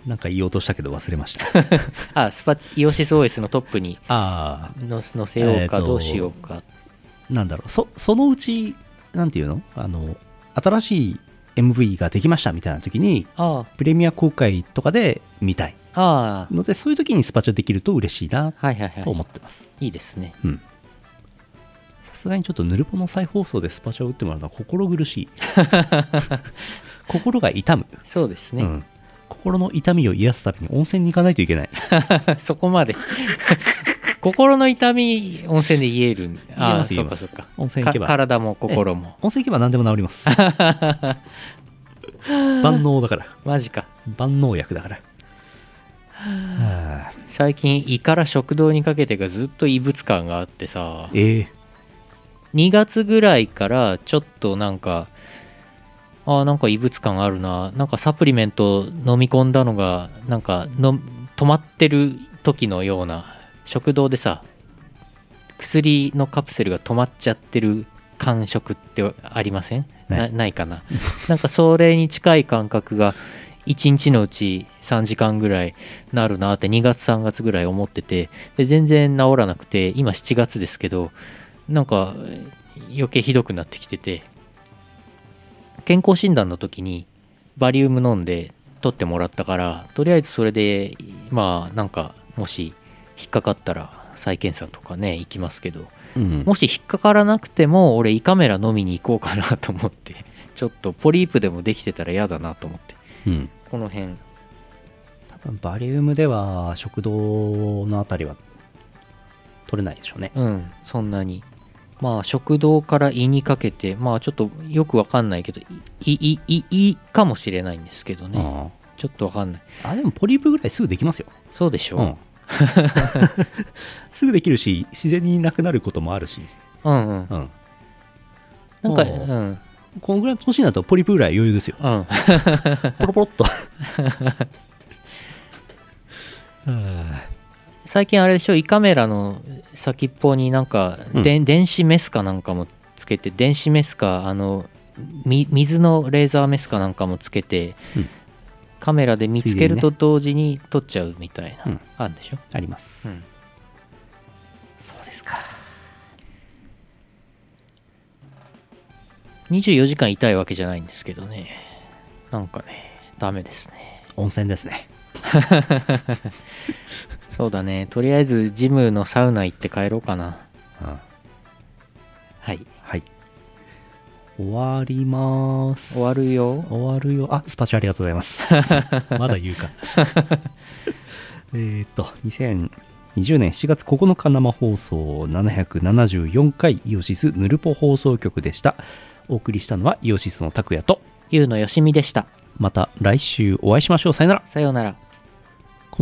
[SPEAKER 2] なんか言おうとしたけど忘れました
[SPEAKER 1] あスパチイオシス OS のトップに
[SPEAKER 2] あ
[SPEAKER 1] の載せよう
[SPEAKER 2] えー
[SPEAKER 1] か
[SPEAKER 2] と
[SPEAKER 1] どうしようか、
[SPEAKER 2] あなんだろうそそのうちなんていうのあの新しい MV ができましたみたいな時に
[SPEAKER 1] あ
[SPEAKER 2] プレミア公開とかで見たい
[SPEAKER 1] あああ
[SPEAKER 2] のでそういう時にスパチャできると嬉しいな
[SPEAKER 1] はいはいは
[SPEAKER 2] と思
[SPEAKER 1] い
[SPEAKER 2] ってます
[SPEAKER 1] いいですね
[SPEAKER 2] うんさすがにちょっとヌルポの再放送でスパチャを打ってもらうのは心苦し い心が痛む、
[SPEAKER 1] そうです
[SPEAKER 2] う
[SPEAKER 1] ね、
[SPEAKER 2] ん、心の痛みを癒すために温泉に行かないといけ ない
[SPEAKER 1] そこまで心の痛み温泉で癒えるああ
[SPEAKER 2] 言
[SPEAKER 1] そ
[SPEAKER 2] え
[SPEAKER 1] う
[SPEAKER 2] ま
[SPEAKER 1] か
[SPEAKER 2] す
[SPEAKER 1] そうか
[SPEAKER 2] 温泉行けば
[SPEAKER 1] か体も心も
[SPEAKER 2] 温泉行けば何でも治ります 万能だから
[SPEAKER 1] マジか
[SPEAKER 2] 万能薬だからはあ
[SPEAKER 1] 最近胃から食道にかけてがずっと異物感があってさ
[SPEAKER 2] ええ
[SPEAKER 1] 2月ぐらいからちょっとなんかあーなんか異物感あるななんかサプリメント飲み込んだのがなんかの止まってる時のような食堂でさ薬のカプセルが止まっちゃってる感触ってありません
[SPEAKER 2] な
[SPEAKER 1] ないないかな なんかそれに近い感覚が1日のうち3時間ぐらいなるなって2月3月ぐらい思っててで全然治らなくて今7月ですけどなんかえー余計ひどくなってきてて健康診断の時にバリウム飲んで取ってもらったからとりあえずそれでまあなんかもし引っかかったら再検査とかね行きますけど
[SPEAKER 2] うん
[SPEAKER 1] もし引っかからなくても俺胃カメラ飲みに行こうかなと思ってちょっとポリープでもできてたら嫌だなと思って
[SPEAKER 2] うん
[SPEAKER 1] この辺
[SPEAKER 2] 多分バリウムでは食道のあたりは取れないでしょうね
[SPEAKER 1] うんそんなにまあ食道から胃にかけてまあちょっとよくわかんないけど胃胃胃胃かもしれないんですけどね、
[SPEAKER 2] あ
[SPEAKER 1] ちょっとわかんない
[SPEAKER 2] ああでもポリープぐらいすぐできますよ、
[SPEAKER 1] そうでしょ
[SPEAKER 2] うんすぐできるし自然になくなることもあるし、
[SPEAKER 1] う、うん、うん
[SPEAKER 2] うん、
[SPEAKER 1] なんか
[SPEAKER 2] もう
[SPEAKER 1] うん
[SPEAKER 2] このぐらいの年になるとポリープぐらい余 裕ですよ
[SPEAKER 1] うん
[SPEAKER 2] ポロポロっとは
[SPEAKER 1] 最近あれでしょ胃カメラの先っぽになんか、
[SPEAKER 2] うん
[SPEAKER 1] でん電子メスかなんかもつけて電子メスかあのみ水のレーザーメスかなんかもつけて、
[SPEAKER 2] うん
[SPEAKER 1] カメラで見つけると同時に撮っちゃうみたいな、
[SPEAKER 2] うん
[SPEAKER 1] あるんでしょ、
[SPEAKER 2] ああります、
[SPEAKER 1] うん
[SPEAKER 2] そうですか
[SPEAKER 1] 24時間痛いわけじゃないんですけどねなんかねダメですね
[SPEAKER 2] 温泉ですね
[SPEAKER 1] そうだねとりあえずジムのサウナ行って帰ろうかな
[SPEAKER 2] うん
[SPEAKER 1] はい
[SPEAKER 2] はい終わります
[SPEAKER 1] 終わるよ
[SPEAKER 2] 終わるよ。あ、スパチャありがとうございます。 まだ言うか。 えーっと、2020年7月9日生放送774回イオシスヌルポ放送局でした。お送りしたのはイオシスの拓也と、
[SPEAKER 1] ゆうのよしみでした
[SPEAKER 2] また来週お会いしましょう。さよなら。
[SPEAKER 1] さようなら
[SPEAKER 2] こ